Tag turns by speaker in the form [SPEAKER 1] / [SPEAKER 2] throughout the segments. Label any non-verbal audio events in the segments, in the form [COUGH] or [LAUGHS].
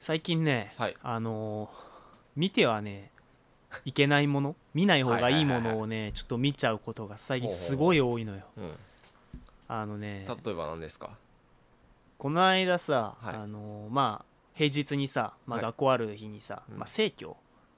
[SPEAKER 1] 最近ね、
[SPEAKER 2] はい
[SPEAKER 1] あのー見てはねいけないもの見ない方がいいもの
[SPEAKER 2] はいはい
[SPEAKER 1] をねちょっと見ちゃうことが最近すごい多いのよ
[SPEAKER 2] うん、
[SPEAKER 1] あのね
[SPEAKER 2] 例えば何ですか
[SPEAKER 1] この間さ、
[SPEAKER 2] はい
[SPEAKER 1] あのーまあ平日にさ、まあ、
[SPEAKER 2] はい
[SPEAKER 1] 学校ある日にさ、
[SPEAKER 2] うん
[SPEAKER 1] まあ、生協、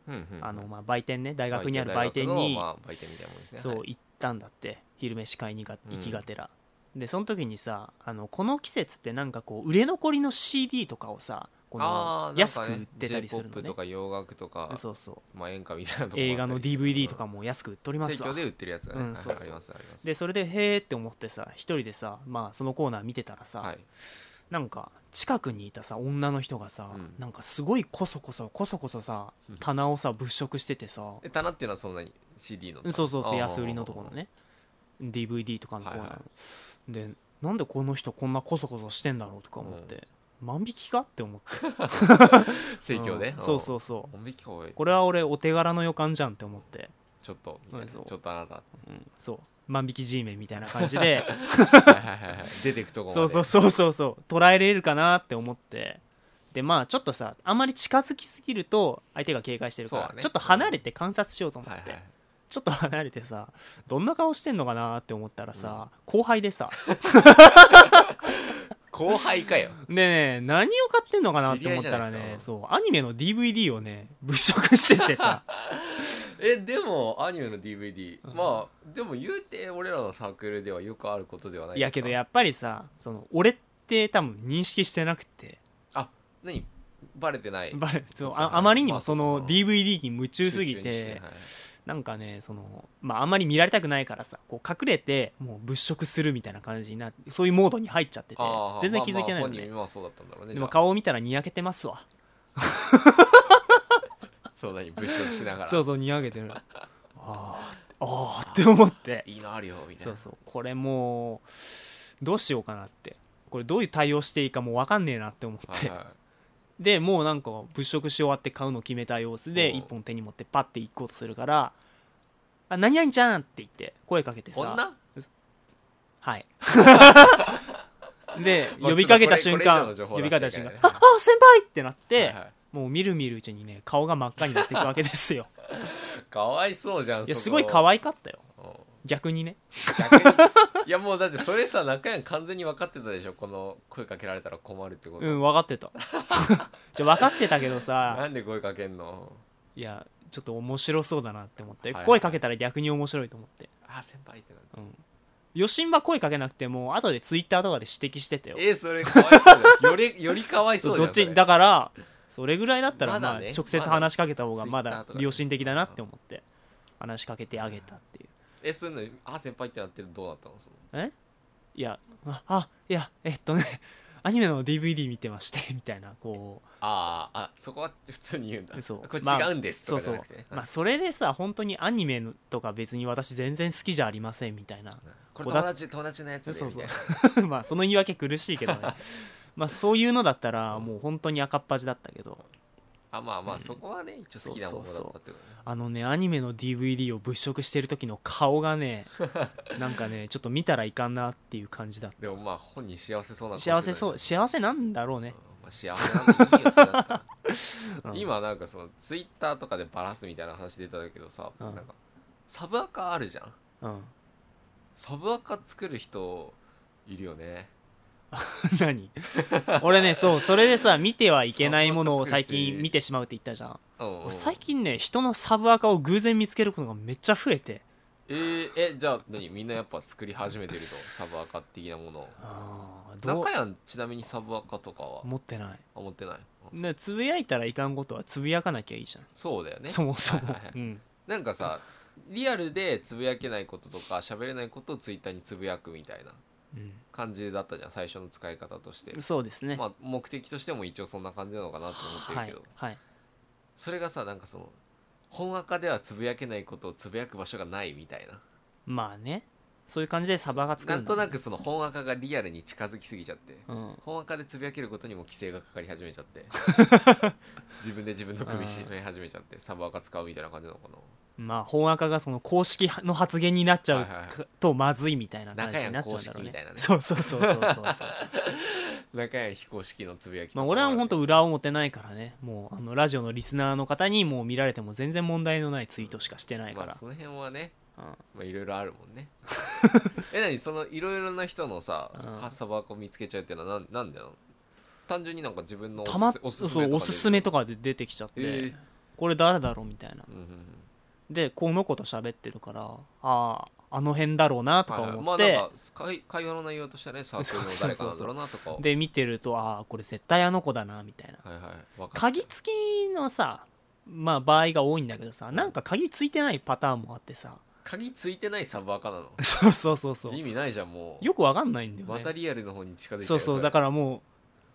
[SPEAKER 2] うんうんうん
[SPEAKER 1] あのまあ、売店ね大
[SPEAKER 2] ま
[SPEAKER 1] 学にある売店に、
[SPEAKER 2] 一応大学のまあ、売店みたいなもんですね
[SPEAKER 1] そう
[SPEAKER 2] はい
[SPEAKER 1] 行ったんだって昼飯買いにが
[SPEAKER 2] うん
[SPEAKER 1] 行きがてら、でその時にさあのこの季節ってなんかこう売れ残りの CD とかをさこ
[SPEAKER 2] あ
[SPEAKER 1] の
[SPEAKER 2] ー
[SPEAKER 1] 安
[SPEAKER 2] な
[SPEAKER 1] く
[SPEAKER 2] んか
[SPEAKER 1] 売ってたりする
[SPEAKER 2] J-POP
[SPEAKER 1] のね
[SPEAKER 2] とか洋楽とか
[SPEAKER 1] そうそ
[SPEAKER 2] まあ、演歌みたいなと
[SPEAKER 1] う
[SPEAKER 2] こ
[SPEAKER 1] 映画の DVD と
[SPEAKER 2] も
[SPEAKER 1] かも安く売っており
[SPEAKER 2] あっ
[SPEAKER 1] ま
[SPEAKER 2] たり
[SPEAKER 1] す
[SPEAKER 2] するうん
[SPEAKER 1] わ
[SPEAKER 2] 生協で売ってるやつだね、
[SPEAKER 1] うん
[SPEAKER 2] はい
[SPEAKER 1] そうそう
[SPEAKER 2] ありますあります
[SPEAKER 1] でそれでへえって思ってさ一人でさまあそのコーナー見てたらさ、
[SPEAKER 2] はい、
[SPEAKER 1] なんか近くにいたさ女の人がさ、
[SPEAKER 2] うん
[SPEAKER 1] なんかすごいこそこそこそこそさ
[SPEAKER 2] うん
[SPEAKER 1] 棚をさ物色しててさ、
[SPEAKER 2] え棚っていうのはそんなに CD の
[SPEAKER 1] うんそうそう
[SPEAKER 2] あ
[SPEAKER 1] そう
[SPEAKER 2] ー
[SPEAKER 1] 安売りのところね DVD とかのコーナーの、
[SPEAKER 2] はいは
[SPEAKER 1] でなんでこの人こんなこそこそしてんだろうとか思って、万引きかって思って
[SPEAKER 2] 生協ね、
[SPEAKER 1] うんそうそうそう
[SPEAKER 2] 本引き多い
[SPEAKER 1] これは俺お手柄の予感じゃんって思って、
[SPEAKER 2] ちょっとみたいなち
[SPEAKER 1] そ
[SPEAKER 2] ょ
[SPEAKER 1] うそう
[SPEAKER 2] っとあ
[SPEAKER 1] [LAUGHS]
[SPEAKER 2] なた
[SPEAKER 1] うんそう万引き G メンみたいな感じ
[SPEAKER 2] [LAUGHS]
[SPEAKER 1] で
[SPEAKER 2] はいはいはいはい出てくとこまで
[SPEAKER 1] そうそうそうそうそう捉えれるかなって思ってでまあちょっとさあんまり近づきすぎると相手が警戒してるか
[SPEAKER 2] そう
[SPEAKER 1] ら、
[SPEAKER 2] だね
[SPEAKER 1] ちょっと離れて観察しようと思
[SPEAKER 2] はい
[SPEAKER 1] って、
[SPEAKER 2] はい
[SPEAKER 1] ちょっと離れてさどんな顔してんのかなって思ったらさ、後輩で
[SPEAKER 2] [LAUGHS]
[SPEAKER 1] さ
[SPEAKER 2] 後輩かよ
[SPEAKER 1] でね、何を買ってんのかなって思ったら
[SPEAKER 2] 知り合いじゃない
[SPEAKER 1] ね、
[SPEAKER 2] です
[SPEAKER 1] そう、アニメの DVD をね、物色
[SPEAKER 2] [LAUGHS]
[SPEAKER 1] しててさ、
[SPEAKER 2] えでもアニメの DVD、
[SPEAKER 1] うん
[SPEAKER 2] まあでも言うて俺らのサークルではよくあることではない
[SPEAKER 1] い
[SPEAKER 2] ですか
[SPEAKER 1] やけどやっぱりさ、その、俺って多分認識してなくて、
[SPEAKER 2] あ何バレてない
[SPEAKER 1] バレそう
[SPEAKER 2] そうだね
[SPEAKER 1] ああまりに
[SPEAKER 2] ま
[SPEAKER 1] も
[SPEAKER 2] あ
[SPEAKER 1] そ
[SPEAKER 2] そ
[SPEAKER 1] の
[SPEAKER 2] う
[SPEAKER 1] DVD に夢中すぎ、
[SPEAKER 2] 集中にしてはい
[SPEAKER 1] なんかね、その、まああんまり見られたくないからさ、こう隠れて、もう物色するみたいな感じになって、そういうモードに入っちゃってて
[SPEAKER 2] あー、
[SPEAKER 1] 全然気づいてないの
[SPEAKER 2] まあまあ本
[SPEAKER 1] ね
[SPEAKER 2] 人。はそうだったんだろうね
[SPEAKER 1] で
[SPEAKER 2] じゃ
[SPEAKER 1] も
[SPEAKER 2] あ
[SPEAKER 1] 顔を見たらにやけてますわ。
[SPEAKER 2] そうだに物色しながら
[SPEAKER 1] そうそう、にやけ
[SPEAKER 2] [LAUGHS]
[SPEAKER 1] てる。ああー、ああって思って。
[SPEAKER 2] いいのあるよみたい
[SPEAKER 1] そ
[SPEAKER 2] な
[SPEAKER 1] うそうこれもうどうしようかなってこれどういう対応していいかもう分かんねえなって思って、
[SPEAKER 2] はいはい
[SPEAKER 1] でもうなんか物色し終わって買うの決めた様子で
[SPEAKER 2] うん
[SPEAKER 1] 一本手に持ってパッて行こうとするから「あ何々ちゃん!」って言って声かけてさ
[SPEAKER 2] 女
[SPEAKER 1] はい
[SPEAKER 2] [LAUGHS]
[SPEAKER 1] で
[SPEAKER 2] まあ
[SPEAKER 1] 呼びかけた
[SPEAKER 2] ちょっ
[SPEAKER 1] 瞬
[SPEAKER 2] とこれこれ以上
[SPEAKER 1] 間
[SPEAKER 2] の情報
[SPEAKER 1] 呼びかけた
[SPEAKER 2] 出しちゃい
[SPEAKER 1] 瞬
[SPEAKER 2] け
[SPEAKER 1] 間
[SPEAKER 2] ないね
[SPEAKER 1] 「ああ先輩!」ってなって、
[SPEAKER 2] はいはい
[SPEAKER 1] もう見る見るうちにね顔が真っ赤になっていくわけです
[SPEAKER 2] [LAUGHS]
[SPEAKER 1] よ
[SPEAKER 2] かわいそうじゃん
[SPEAKER 1] いやすごい可
[SPEAKER 2] い
[SPEAKER 1] 愛かったよ逆にね
[SPEAKER 2] いやもうだってそれさ中山完全に分かってたでしょこの声かけられたら困るってこと、
[SPEAKER 1] うん分かってた [LAUGHS] じゃあ分かってたけどさ
[SPEAKER 2] なんで声かけんの
[SPEAKER 1] いやちょっと面白そうだなって思って、
[SPEAKER 2] はいはい
[SPEAKER 1] 声かけたら逆に面白いと思って
[SPEAKER 2] あ先輩ってなっ
[SPEAKER 1] う
[SPEAKER 2] て
[SPEAKER 1] ん余震は声かけなくても後でツイッターとかで指摘してたよ
[SPEAKER 2] えそれかわいそう
[SPEAKER 1] [LAUGHS]
[SPEAKER 2] だよよりよりかわいそうじ
[SPEAKER 1] ど
[SPEAKER 2] ゃん
[SPEAKER 1] っち
[SPEAKER 2] そ
[SPEAKER 1] に
[SPEAKER 2] れ
[SPEAKER 1] だからそれぐらいだったら
[SPEAKER 2] まだ
[SPEAKER 1] まあ
[SPEAKER 2] ね
[SPEAKER 1] 直接話しかけた方が
[SPEAKER 2] ま
[SPEAKER 1] ま
[SPEAKER 2] だ
[SPEAKER 1] だ
[SPEAKER 2] Twitter とかね
[SPEAKER 1] 良心的だなって思って話しかけてあげたっていう
[SPEAKER 2] えそういうのあ先輩ってなってるどうだったのその
[SPEAKER 1] えいやああいやえっとねアニメの DVD 見てまして [LAUGHS] みたいなこう
[SPEAKER 2] あーあそこは普通に言うんだ
[SPEAKER 1] そう
[SPEAKER 2] これ
[SPEAKER 1] まあ
[SPEAKER 2] 違うんです
[SPEAKER 1] そ
[SPEAKER 2] と
[SPEAKER 1] う
[SPEAKER 2] かじ
[SPEAKER 1] そ
[SPEAKER 2] ゃ
[SPEAKER 1] う
[SPEAKER 2] なくて、
[SPEAKER 1] まあそれでさ本当にアニメのとか別に私全然好きじゃありませんみたいな
[SPEAKER 2] これ友達友達のやつで
[SPEAKER 1] そうそ
[SPEAKER 2] みたいな
[SPEAKER 1] う [LAUGHS] まあその言い訳苦しい
[SPEAKER 2] [LAUGHS]
[SPEAKER 1] けどねまあそういうのだったらもう本当に赤っ端だったけど
[SPEAKER 2] あまあまあ、
[SPEAKER 1] うん
[SPEAKER 2] そこはね一応好きなものだったってことね
[SPEAKER 1] あのねアニメの DVD を物色してる時の顔がね
[SPEAKER 2] [LAUGHS]
[SPEAKER 1] なんかねちょっと見たらいかんなっていう感じだっ
[SPEAKER 2] でもまあ本人幸せそうな
[SPEAKER 1] た幸
[SPEAKER 2] 顔
[SPEAKER 1] せ
[SPEAKER 2] してた
[SPEAKER 1] そ
[SPEAKER 2] で
[SPEAKER 1] う
[SPEAKER 2] し
[SPEAKER 1] 幸せなんだろう
[SPEAKER 2] ょ
[SPEAKER 1] ね、
[SPEAKER 2] うんまあ幸せなんでいいよそれだったら
[SPEAKER 1] うん
[SPEAKER 2] 今なんかそのツイッターとかでバラすみたいな話出たけどさ、
[SPEAKER 1] うん
[SPEAKER 2] なんかサブアカあるじゃん
[SPEAKER 1] うん
[SPEAKER 2] サブアカ作る人いるよね
[SPEAKER 1] [LAUGHS] 何俺ねそうそれでさ見てはいけないものを最近見てしまうって言ったじゃん
[SPEAKER 2] うんうん
[SPEAKER 1] 俺最近ね人のサブアカを偶然見つけることがめっちゃ増えて
[SPEAKER 2] えーえじゃあ何みんなやっぱ作り始めてるとサブアカ的なものを
[SPEAKER 1] あーどう
[SPEAKER 2] 中やんちなみにサブアカとかは
[SPEAKER 1] 持ってない
[SPEAKER 2] 思ってないうん
[SPEAKER 1] ねつぶやいたらいかんことはつぶやかなきゃいいじゃん
[SPEAKER 2] そうだよね
[SPEAKER 1] そもそも
[SPEAKER 2] はいはいはい
[SPEAKER 1] うん
[SPEAKER 2] なんかさリアルでつぶやけないこととか喋れないことをツイッターにつぶやくみたいな感じだったじゃん最初の使い方として、
[SPEAKER 1] そうですね、
[SPEAKER 2] まあ目的としても一応そんな感じなのかなと思ってる
[SPEAKER 1] は
[SPEAKER 2] け
[SPEAKER 1] い
[SPEAKER 2] ど、、
[SPEAKER 1] はい、
[SPEAKER 2] それがさなんかその本赤ではつぶやけないことをつぶやく場所がないみたいな
[SPEAKER 1] まあねそういう感じでサバが作
[SPEAKER 2] な
[SPEAKER 1] る
[SPEAKER 2] んとな
[SPEAKER 1] く、
[SPEAKER 2] くその本赤がリアルに近づきすぎちゃって
[SPEAKER 1] うん、
[SPEAKER 2] 本赤でつぶやけることにも規制がかかり始めちゃって
[SPEAKER 1] [LAUGHS]
[SPEAKER 2] 自分で自分の首絞め始めちゃってサブ赤使うみたいな感じなのか
[SPEAKER 1] まあ本赤がその公式の発言になっちゃう
[SPEAKER 2] はいはい
[SPEAKER 1] かとまずいみたいな感じになっちゃうんだろう
[SPEAKER 2] 中やん公式
[SPEAKER 1] ね
[SPEAKER 2] みたいなね
[SPEAKER 1] そうそうそうそうそうそう
[SPEAKER 2] な中谷非公式のつぶやきとか
[SPEAKER 1] まあ、俺はもう本当
[SPEAKER 2] ある
[SPEAKER 1] 裏表ないからねもうあのラジオのリスナーの方にもう見られても全然問題のないツイートしかしてな
[SPEAKER 2] け
[SPEAKER 1] い
[SPEAKER 2] ど
[SPEAKER 1] か
[SPEAKER 2] まあ
[SPEAKER 1] ら、
[SPEAKER 2] その辺はね
[SPEAKER 1] うん
[SPEAKER 2] まあいろいろあるも
[SPEAKER 1] [LAUGHS]
[SPEAKER 2] んねえ何そのいろいろな人のさ
[SPEAKER 1] うん
[SPEAKER 2] かサバコ見つけちゃうっていうのはなんなんでなの単純になんか自分のおす
[SPEAKER 1] たま
[SPEAKER 2] おすす
[SPEAKER 1] そ
[SPEAKER 2] め
[SPEAKER 1] うおすすめと
[SPEAKER 2] か
[SPEAKER 1] かで出てきちゃって、
[SPEAKER 2] ええ
[SPEAKER 1] これ誰だろうみたいな
[SPEAKER 2] で、うんうんうん
[SPEAKER 1] でこの子と喋ってるからあああの辺だろうなとか
[SPEAKER 2] はいはい
[SPEAKER 1] 思
[SPEAKER 2] ま
[SPEAKER 1] っ
[SPEAKER 2] あ
[SPEAKER 1] て、
[SPEAKER 2] なんか会会話の内容としてねサークルの誰か
[SPEAKER 1] そうそうそう
[SPEAKER 2] なんだろうなとか
[SPEAKER 1] で見てるとああこれ絶対あの子だなみたいな
[SPEAKER 2] はいはいわかる
[SPEAKER 1] 鍵付きのさまあ場合が多いんだけどさなんか鍵付いてないパターンもあって
[SPEAKER 2] [LAUGHS]
[SPEAKER 1] さ
[SPEAKER 2] 鍵ついてないサブアカなの
[SPEAKER 1] そうそうそうそ
[SPEAKER 2] 意味ないじゃんもう
[SPEAKER 1] よくわかんないんだよね
[SPEAKER 2] またリアルの方に近づいて
[SPEAKER 1] そうそうだ
[SPEAKER 2] ら
[SPEAKER 1] からもう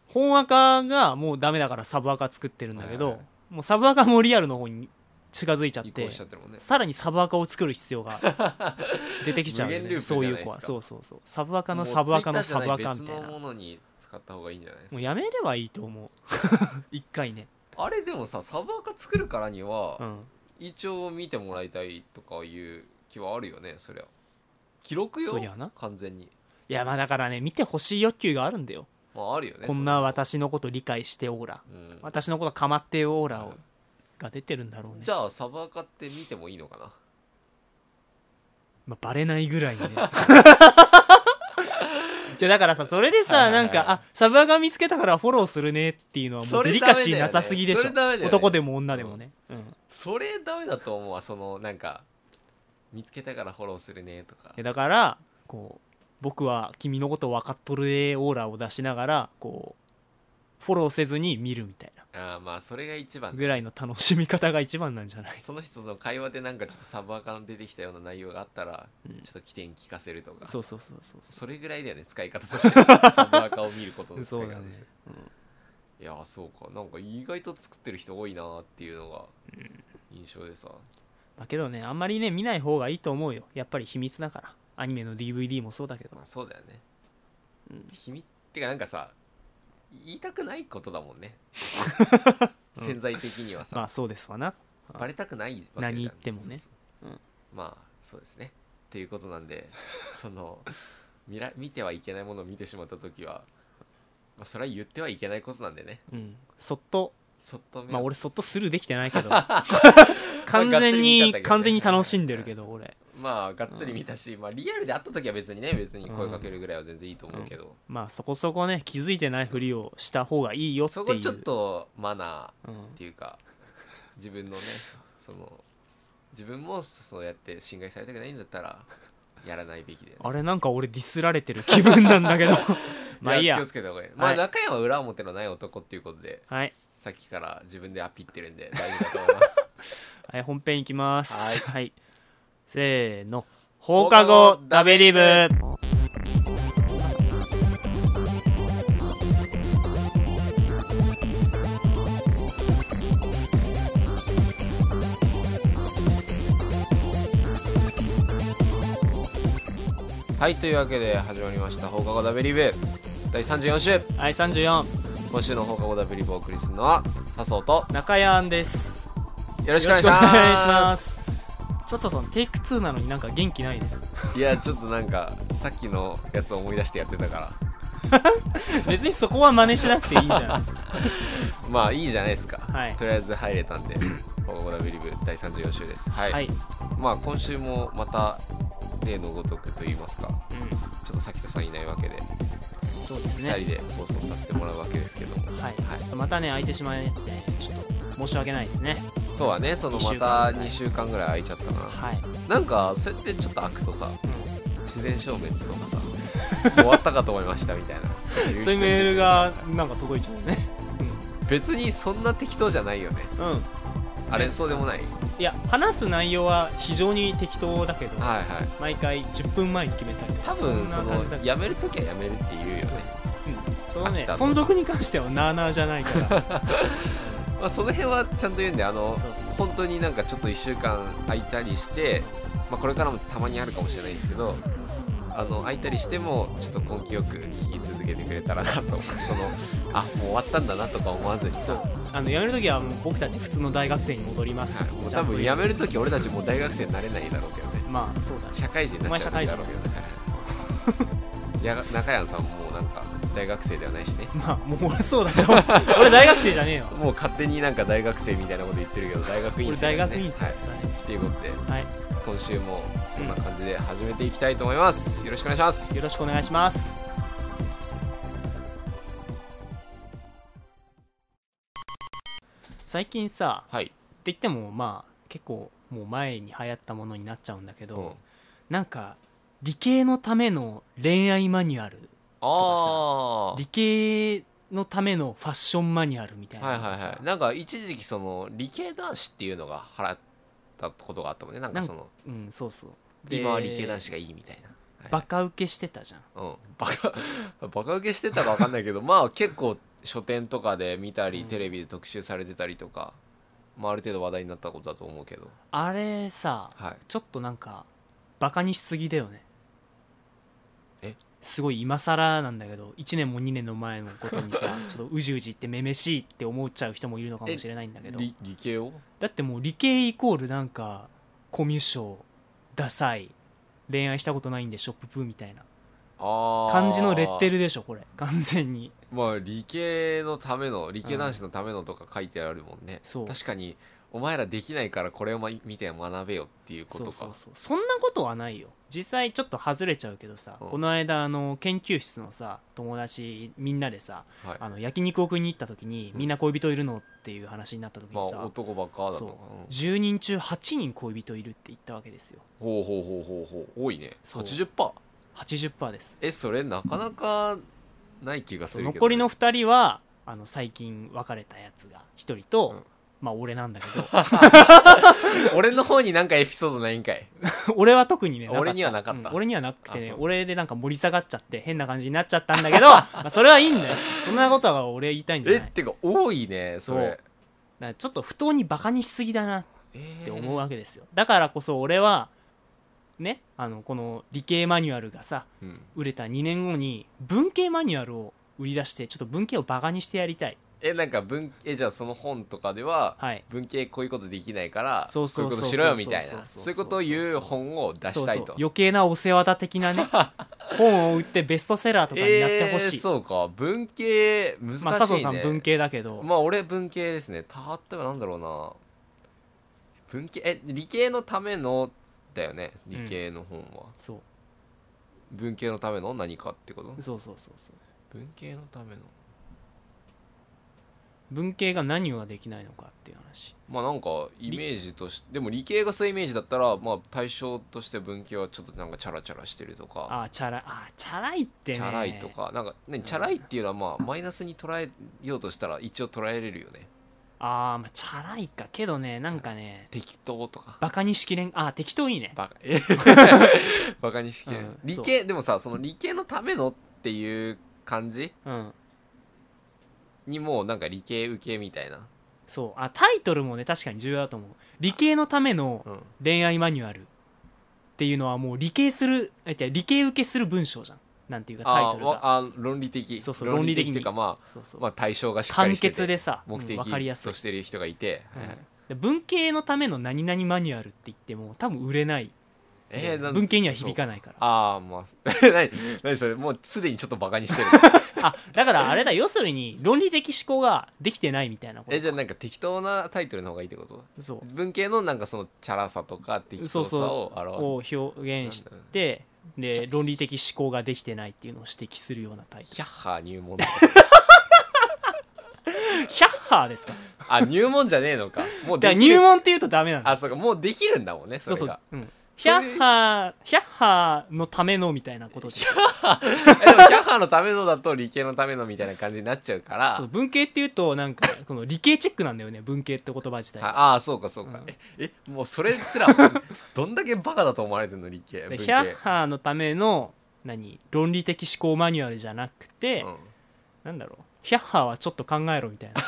[SPEAKER 1] 本赤がもうダメだからサブ赤作ってるんだけど、
[SPEAKER 2] はいはい
[SPEAKER 1] もうサブ赤もリアルの方に近づいちゃっ
[SPEAKER 2] 移
[SPEAKER 1] て
[SPEAKER 2] 行しちゃってるもんね
[SPEAKER 1] さらにサブ赤を作る必要が
[SPEAKER 2] [LAUGHS]
[SPEAKER 1] 出てきちゃうよ
[SPEAKER 2] 無限ル
[SPEAKER 1] ね
[SPEAKER 2] ープじゃ
[SPEAKER 1] そう
[SPEAKER 2] ない
[SPEAKER 1] い
[SPEAKER 2] ですか
[SPEAKER 1] う子はそうそうそうサブ赤のサブ赤のサブ赤みたい
[SPEAKER 2] もう Twitter じゃ
[SPEAKER 1] な
[SPEAKER 2] ない別
[SPEAKER 1] も
[SPEAKER 2] のものに使った方がいいんじゃないです
[SPEAKER 1] う
[SPEAKER 2] か
[SPEAKER 1] やめればいいと
[SPEAKER 2] [LAUGHS]
[SPEAKER 1] 思う一回ね
[SPEAKER 2] あれでもさサブアカ作るからには、
[SPEAKER 1] うん
[SPEAKER 2] 一応見てもらいたいとかいう気はあるよねそりゃ記録よ
[SPEAKER 1] そりゃな
[SPEAKER 2] 完全に
[SPEAKER 1] いやまあだからね見てほしい欲求があるんだよ
[SPEAKER 2] まああるよね
[SPEAKER 1] こんな、私のこと理解してオーラ
[SPEAKER 2] そんなのうん
[SPEAKER 1] 私のこと構ってオーラ
[SPEAKER 2] は
[SPEAKER 1] を
[SPEAKER 2] い
[SPEAKER 1] が出てるんだろうね
[SPEAKER 2] じゃあサブアカって見てもいいのかな
[SPEAKER 1] まあ、バレないぐらいね。 [LAUGHS] じゃあだからさそれでさ、
[SPEAKER 2] はいはいはい
[SPEAKER 1] なんかあサブアカ見つけたからフォローするねっていうのはも
[SPEAKER 2] そうれ
[SPEAKER 1] デ
[SPEAKER 2] ダメ
[SPEAKER 1] リ
[SPEAKER 2] だよ
[SPEAKER 1] カ
[SPEAKER 2] ね
[SPEAKER 1] シーなさすぎでし
[SPEAKER 2] そ
[SPEAKER 1] ょ、
[SPEAKER 2] れダメだよね
[SPEAKER 1] 男でも女でもね、うんい
[SPEAKER 2] それダメだと思うわそのなんか見つけたからフォローするねとか
[SPEAKER 1] やだからこう僕は君のこと分かっとるでオーラを出しながらこうフォローせずに見るみたい
[SPEAKER 2] ああまあそれが一
[SPEAKER 1] な
[SPEAKER 2] 番
[SPEAKER 1] ぐらいの楽しみ方が一番なんじゃない、
[SPEAKER 2] その人との会話でなんかちょっとサブアカの出てきたような内容があったら
[SPEAKER 1] うん
[SPEAKER 2] ちょっと起点聞かせるとか
[SPEAKER 1] そうそうそうそうそ
[SPEAKER 2] それぐらいだよね使い方としてサブアカを見ることの
[SPEAKER 1] う
[SPEAKER 2] 使
[SPEAKER 1] そ
[SPEAKER 2] いう方
[SPEAKER 1] だね
[SPEAKER 2] として、いやーそうかなんか意外と作ってる人多いなーっていうのが印象でさ、
[SPEAKER 1] だけどねあんまりね見ない方がいいと思うよやっぱり秘密だからアニメの DVD もそうだけど
[SPEAKER 2] まあそうだよね、
[SPEAKER 1] うん
[SPEAKER 2] 秘密ってかなんかさ言いたくないことだも
[SPEAKER 1] [LAUGHS]
[SPEAKER 2] んね
[SPEAKER 1] うん
[SPEAKER 2] 潜在的にはさ、
[SPEAKER 1] まあそうですわな
[SPEAKER 2] バレたくないわけだから
[SPEAKER 1] 何言ってもね
[SPEAKER 2] そうそう
[SPEAKER 1] うん
[SPEAKER 2] まあそうですねっていうことなんで [LAUGHS] その見ら見てはいけないものを見てしまった時は、まあ、それは言ってはいけないことなんでね
[SPEAKER 1] うんそっと
[SPEAKER 2] そっと目を
[SPEAKER 1] まあ俺そっとスルーできてないけど
[SPEAKER 2] [LAUGHS]
[SPEAKER 1] 完
[SPEAKER 2] がっつり
[SPEAKER 1] 全
[SPEAKER 2] 見ちゃっ
[SPEAKER 1] に
[SPEAKER 2] たけどね
[SPEAKER 1] 完全に楽しんでるけど俺
[SPEAKER 2] まあがっつり見たし、まあリアルで会った時は別にね別に声かけるぐらいは全然いいと思うけど、
[SPEAKER 1] まあそこそこね気づいてないふりをした方がいいよってい
[SPEAKER 2] そうこちょっとマナ
[SPEAKER 1] うん
[SPEAKER 2] ーってい
[SPEAKER 1] [LAUGHS]
[SPEAKER 2] うか自分のねその自分もそうやって侵害されたくないんだったらやらないべきで、
[SPEAKER 1] あれなんか俺ディスられてる気分なんだけ
[SPEAKER 2] [LAUGHS]
[SPEAKER 1] ど [LAUGHS] まあいいや
[SPEAKER 2] 気をつけた方がいい、ま
[SPEAKER 1] は
[SPEAKER 2] あ
[SPEAKER 1] い
[SPEAKER 2] 中山は裏表のない男っていうことで
[SPEAKER 1] はい、
[SPEAKER 2] さっきから自分でアピってるんで大丈夫だと思い
[SPEAKER 1] [LAUGHS]
[SPEAKER 2] ます
[SPEAKER 1] はい、本編いきますはい、せーの放課後ダベリブ
[SPEAKER 2] はいというわけで始まりました放課後ダベリブ第34週
[SPEAKER 1] はい34
[SPEAKER 2] 今週の放課後ダベリブをお送りするのは笹生と
[SPEAKER 1] 中谷庵です
[SPEAKER 2] よろしくお
[SPEAKER 1] よろ
[SPEAKER 2] 願い
[SPEAKER 1] し
[SPEAKER 2] し
[SPEAKER 1] くお
[SPEAKER 2] ます
[SPEAKER 1] 願いしますそうそうそうテイク2なのになんか元気ないね
[SPEAKER 2] いやちょっとなんかさっきのやつを思い出してやってたか
[SPEAKER 1] 別にそこは真似しなくていいんじゃ
[SPEAKER 2] [LAUGHS]
[SPEAKER 1] ない
[SPEAKER 2] らまあいいじゃないですか、
[SPEAKER 1] はい
[SPEAKER 2] とりあえず入れた
[SPEAKER 1] [CLEARS THROAT]
[SPEAKER 2] んで「放課後ダベリブ」第34週ですはい、
[SPEAKER 1] はい、
[SPEAKER 2] まあ今週もまた例のごとくと言いますか
[SPEAKER 1] うん、
[SPEAKER 2] ちょっとさきとさんいないわけで、
[SPEAKER 1] そうですね
[SPEAKER 2] 2人で放送させてもらうわけですけども
[SPEAKER 1] はい、
[SPEAKER 2] はい
[SPEAKER 1] ちょっとまたね空いてしまいねちょっと申し訳ないですね
[SPEAKER 2] そうはねそのまた2週間ぐらい空いちゃったな
[SPEAKER 1] はい、
[SPEAKER 2] なんかそうやってちょっと開くとさ自然消滅とか
[SPEAKER 1] [LAUGHS]
[SPEAKER 2] さ終わったかと思いましたみたいな
[SPEAKER 1] そういうメールがなんか届いちゃうね
[SPEAKER 2] 別にそんな適当じゃないよね
[SPEAKER 1] うん
[SPEAKER 2] あれそうでもない
[SPEAKER 1] いや話す内容は非常に適当だけど、
[SPEAKER 2] はいはい
[SPEAKER 1] 毎回10分前に決めたりとか
[SPEAKER 2] 多分そ
[SPEAKER 1] んな感
[SPEAKER 2] の
[SPEAKER 1] じだけど
[SPEAKER 2] 辞める時は辞めるって言うよね、
[SPEAKER 1] そのね
[SPEAKER 2] 飽きたと
[SPEAKER 1] 存続に関してはなあなあじゃないから [LAUGHS]
[SPEAKER 2] まあ、その辺はちゃんと言うんであ
[SPEAKER 1] そ
[SPEAKER 2] の
[SPEAKER 1] うそう
[SPEAKER 2] 本当になんかちょっと1週間空いたりして、まあ、これからもたまにあるかもしれないですけどあの空いたりしてもちょっと根気よく聞き続けてくれたらなと思
[SPEAKER 1] [LAUGHS]
[SPEAKER 2] うそのあもう終わったんだなとか思わずにさ、はい
[SPEAKER 1] あのやめる時はもう僕たち普通の大学生に戻ります、
[SPEAKER 2] もう多分
[SPEAKER 1] ちゃ
[SPEAKER 2] 辞
[SPEAKER 1] ん
[SPEAKER 2] める時俺たちもう大学生になれないだろうけどね
[SPEAKER 1] とまあ [LAUGHS] そうだね
[SPEAKER 2] 社会人になっちゃうんだろうけどねやが中谷さんももうなんか大学生ではないしね
[SPEAKER 1] まあもう俺そうだと思う [LAUGHS] 俺大学生じゃねえよ
[SPEAKER 2] もう勝手になんか大学生みたいなこと言ってるけど大学院
[SPEAKER 1] 俺
[SPEAKER 2] 生だ
[SPEAKER 1] 大
[SPEAKER 2] しね
[SPEAKER 1] 学院生
[SPEAKER 2] は
[SPEAKER 1] だ
[SPEAKER 2] い
[SPEAKER 1] っ、たね
[SPEAKER 2] っていうことで
[SPEAKER 1] はい、
[SPEAKER 2] 今週もそんな感じで始めていきたいと思いますよろしくお願いします
[SPEAKER 1] よろしくお願いします最近さって
[SPEAKER 2] はい
[SPEAKER 1] 言ってもまあ結構もう前に流行ったものになっちゃうんだけど、
[SPEAKER 2] うん
[SPEAKER 1] なんか理系のための恋愛マニュアル
[SPEAKER 2] あ
[SPEAKER 1] 理系のためのファッションマニュアルみたい
[SPEAKER 2] あはい
[SPEAKER 1] な
[SPEAKER 2] は
[SPEAKER 1] のが
[SPEAKER 2] い
[SPEAKER 1] さ
[SPEAKER 2] はいなんか一時期その理系男子っていうのが払ったことがあったもんねなんかその
[SPEAKER 1] うんそうそうで
[SPEAKER 2] 今は理系男子がいいみたいな、はい
[SPEAKER 1] バカ受けしてたじゃん
[SPEAKER 2] うん、バカ [LAUGHS] バカ受けしてたか分かんないけどまあ結構書店とかで見たり、
[SPEAKER 1] うん
[SPEAKER 2] テレビで特集されてたりとか、まあ、ある程度話題になったことだと思うけど、
[SPEAKER 1] あれさ
[SPEAKER 2] はい、
[SPEAKER 1] ちょっとなんかバカにしすぎだよね
[SPEAKER 2] え
[SPEAKER 1] すごい今更なんだけど1年も2年の前のことに
[SPEAKER 2] [LAUGHS]
[SPEAKER 1] さちょっとうじうじってめめしいって思っちゃう人もいるのかもしれないんだけど
[SPEAKER 2] 理理系を
[SPEAKER 1] だってもう理系イコールなんかコミュ障ダサい恋愛したことないんでしょププみたいな
[SPEAKER 2] あー
[SPEAKER 1] 感じのレッテルでしょこれ完全に
[SPEAKER 2] まあ理系のための理系男子のためのとか書いてあるもんね、
[SPEAKER 1] そう
[SPEAKER 2] 確かにお前らできないからこれをま見て学べよっていうこ
[SPEAKER 1] そ
[SPEAKER 2] と
[SPEAKER 1] う
[SPEAKER 2] か
[SPEAKER 1] そうそうそんなことはないよ実際ちょっと外れちゃうけどさ、
[SPEAKER 2] うん
[SPEAKER 1] この間あの研究室のさ友達みんなでさ
[SPEAKER 2] はい
[SPEAKER 1] あの焼肉を食いに行った時に、
[SPEAKER 2] うん
[SPEAKER 1] みんな恋人いるのっていう話になった時
[SPEAKER 2] まあ
[SPEAKER 1] にさ、
[SPEAKER 2] 男ばっかだとか、うん
[SPEAKER 1] 10人中8人恋人いるって言ったわけですよ
[SPEAKER 2] ほうほうほうほうほう多いね
[SPEAKER 1] そう
[SPEAKER 2] 80%?
[SPEAKER 1] 80%です
[SPEAKER 2] えそれなかなかない気がするけどね、
[SPEAKER 1] 残りの2人はあの最近別れたやつが1人と、
[SPEAKER 2] うん
[SPEAKER 1] まあ俺なんだけ
[SPEAKER 2] 俺の方になんかエピソードないんかい
[SPEAKER 1] ど [LAUGHS] 俺は特にねなかった
[SPEAKER 2] 俺にはなかった
[SPEAKER 1] うん俺にはなくて
[SPEAKER 2] あ
[SPEAKER 1] ね
[SPEAKER 2] そう
[SPEAKER 1] 俺でなんか盛り下がっちゃって変な感じになっちゃったん
[SPEAKER 2] [LAUGHS]
[SPEAKER 1] だけどまあそれはいいんだよそんなことは俺言いたいんじゃ
[SPEAKER 2] え
[SPEAKER 1] ない
[SPEAKER 2] っ、てか多いねそれ
[SPEAKER 1] だからちょっと不当にバカにしすぎだなっ
[SPEAKER 2] えー
[SPEAKER 1] て思うわけですよ、だからこそ俺はねあのこの理系マニュアルがさ
[SPEAKER 2] うん
[SPEAKER 1] 売れた2年後に文系マニュアルを売り出してちょっと文系をバカにしてやりたい
[SPEAKER 2] えなんか文えじゃあその本とかでは
[SPEAKER 1] はい
[SPEAKER 2] 文系こういうことできないから
[SPEAKER 1] そうそうそう
[SPEAKER 2] こういうことしろよみたいな
[SPEAKER 1] そうそうそう
[SPEAKER 2] そういうことを言う本を出したい
[SPEAKER 1] そうそう
[SPEAKER 2] と
[SPEAKER 1] 余計なお世話だ的な
[SPEAKER 2] [LAUGHS]
[SPEAKER 1] ね本を売ってベストセラーとかになってほしい、
[SPEAKER 2] えーそうか文系難しいね
[SPEAKER 1] まあ佐藤さん文系だけど、
[SPEAKER 2] まあ俺文系ですねた例えばなんだろうな文系え理系のためのだよね理系の本は、
[SPEAKER 1] そう
[SPEAKER 2] 文系のための何かってこと
[SPEAKER 1] そうそうそうそう
[SPEAKER 2] 文系のための
[SPEAKER 1] 文系が何ができないのかっていう話
[SPEAKER 2] まあなんかイメージとしてでも理系がそういうイメージだったらまあ対象として文系はちょっとなんかチャラチャラしてるとか
[SPEAKER 1] ああチャラあーチャラいって
[SPEAKER 2] チ
[SPEAKER 1] ね
[SPEAKER 2] ャラいとかなんか、ね、チャラいっていうのはまあマイナスに捉えようとしたら一応捉えれるよね
[SPEAKER 1] あー、まあチャラいかけどねなんかね
[SPEAKER 2] 適当とか
[SPEAKER 1] バカにしきれんあー適当いいね
[SPEAKER 2] バカ [LAUGHS] バカにしきれ
[SPEAKER 1] う
[SPEAKER 2] る
[SPEAKER 1] ん
[SPEAKER 2] 理系でもさその理系のためのっていう感じ
[SPEAKER 1] うん
[SPEAKER 2] にもうなんか理系受けみたいな、
[SPEAKER 1] そうあタイトルもね確かに重要だと思う理系のための
[SPEAKER 2] うん、
[SPEAKER 1] 恋愛マニュアルっていうのはもう理系するえ違う理系受けする文章じゃんなんていうかタイ
[SPEAKER 2] あ
[SPEAKER 1] トル
[SPEAKER 2] わ
[SPEAKER 1] が
[SPEAKER 2] あ論理的
[SPEAKER 1] そうそう
[SPEAKER 2] 論
[SPEAKER 1] 論
[SPEAKER 2] 理
[SPEAKER 1] 理的
[SPEAKER 2] 的
[SPEAKER 1] に
[SPEAKER 2] っていうかま
[SPEAKER 1] そうそ
[SPEAKER 2] あ、
[SPEAKER 1] う、
[SPEAKER 2] まあ、対象がしっか
[SPEAKER 1] 簡
[SPEAKER 2] りしてて
[SPEAKER 1] 潔でさ
[SPEAKER 2] 目
[SPEAKER 1] うん
[SPEAKER 2] 的
[SPEAKER 1] わかりやすい
[SPEAKER 2] と、してる人がいて、
[SPEAKER 1] うん
[SPEAKER 2] はいはい
[SPEAKER 1] で文系のための何々マニュアルって言っても多分売れない、
[SPEAKER 2] えーなん
[SPEAKER 1] 文系には響かないから
[SPEAKER 2] ああまあ [LAUGHS] 何何それもうすでにちょっとバカにしてる
[SPEAKER 1] あだからあれだ要するに論理的思考ができてないみたいなこと
[SPEAKER 2] えじゃあなんか適当なタイトルの方がいいってこと
[SPEAKER 1] そう
[SPEAKER 2] 文系のなんかそのチャラさとか適当さを表
[SPEAKER 1] を表現してで論理的思考ができてないっていうのを指摘するようなタイト
[SPEAKER 2] すヒャッハー入門
[SPEAKER 1] ルヒャッハーですか
[SPEAKER 2] あ入門じゃねえのかもう
[SPEAKER 1] だ
[SPEAKER 2] で
[SPEAKER 1] から
[SPEAKER 2] きる
[SPEAKER 1] 入門って言うとダメなんだ
[SPEAKER 2] あそうかもうできるんだもんねそ
[SPEAKER 1] そう
[SPEAKER 2] れ
[SPEAKER 1] そう
[SPEAKER 2] が、
[SPEAKER 1] うん、ヒ
[SPEAKER 2] それ
[SPEAKER 1] ャッハーヒャッハーのためのみたいなことで
[SPEAKER 2] えでもヒャッハーのためのだと理系のためのみたいな感じになっちゃうから
[SPEAKER 1] そう文系っていうとなん
[SPEAKER 2] [LAUGHS]
[SPEAKER 1] かこの理系チックなんだよね文系って言葉自体
[SPEAKER 2] はいああそうかそうか、
[SPEAKER 1] うん
[SPEAKER 2] ええもう [LAUGHS] それすらどんだけバカだと思われてんの理系
[SPEAKER 1] で
[SPEAKER 2] 文系
[SPEAKER 1] ヒャッハーのための何論理的思考マニュアルじゃなくて、
[SPEAKER 2] うん
[SPEAKER 1] なんだろうヒャッハーはちょっと考えろみたいな、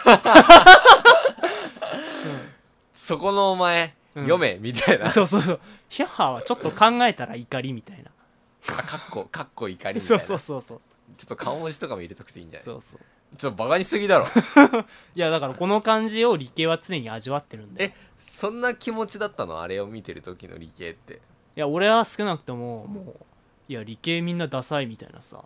[SPEAKER 2] そこのお前、
[SPEAKER 1] うん
[SPEAKER 2] 読めみたいな
[SPEAKER 1] うんそうそうそうヒャッハーはちょっと考えたら怒りみたいな
[SPEAKER 2] あかっこかっこ怒りみたいな
[SPEAKER 1] そうそうそうそう
[SPEAKER 2] ちょっと顔文字とかも入れとくといいんじゃない
[SPEAKER 1] そうそう
[SPEAKER 2] ちょっとバカにしすぎだろ
[SPEAKER 1] いやだからこの感じを理系は常に味わってるんでい
[SPEAKER 2] えそんな気持ちだったのあれを見てる時の理系って
[SPEAKER 1] や俺は少なくとももういや理系みんなダサいみたいなさ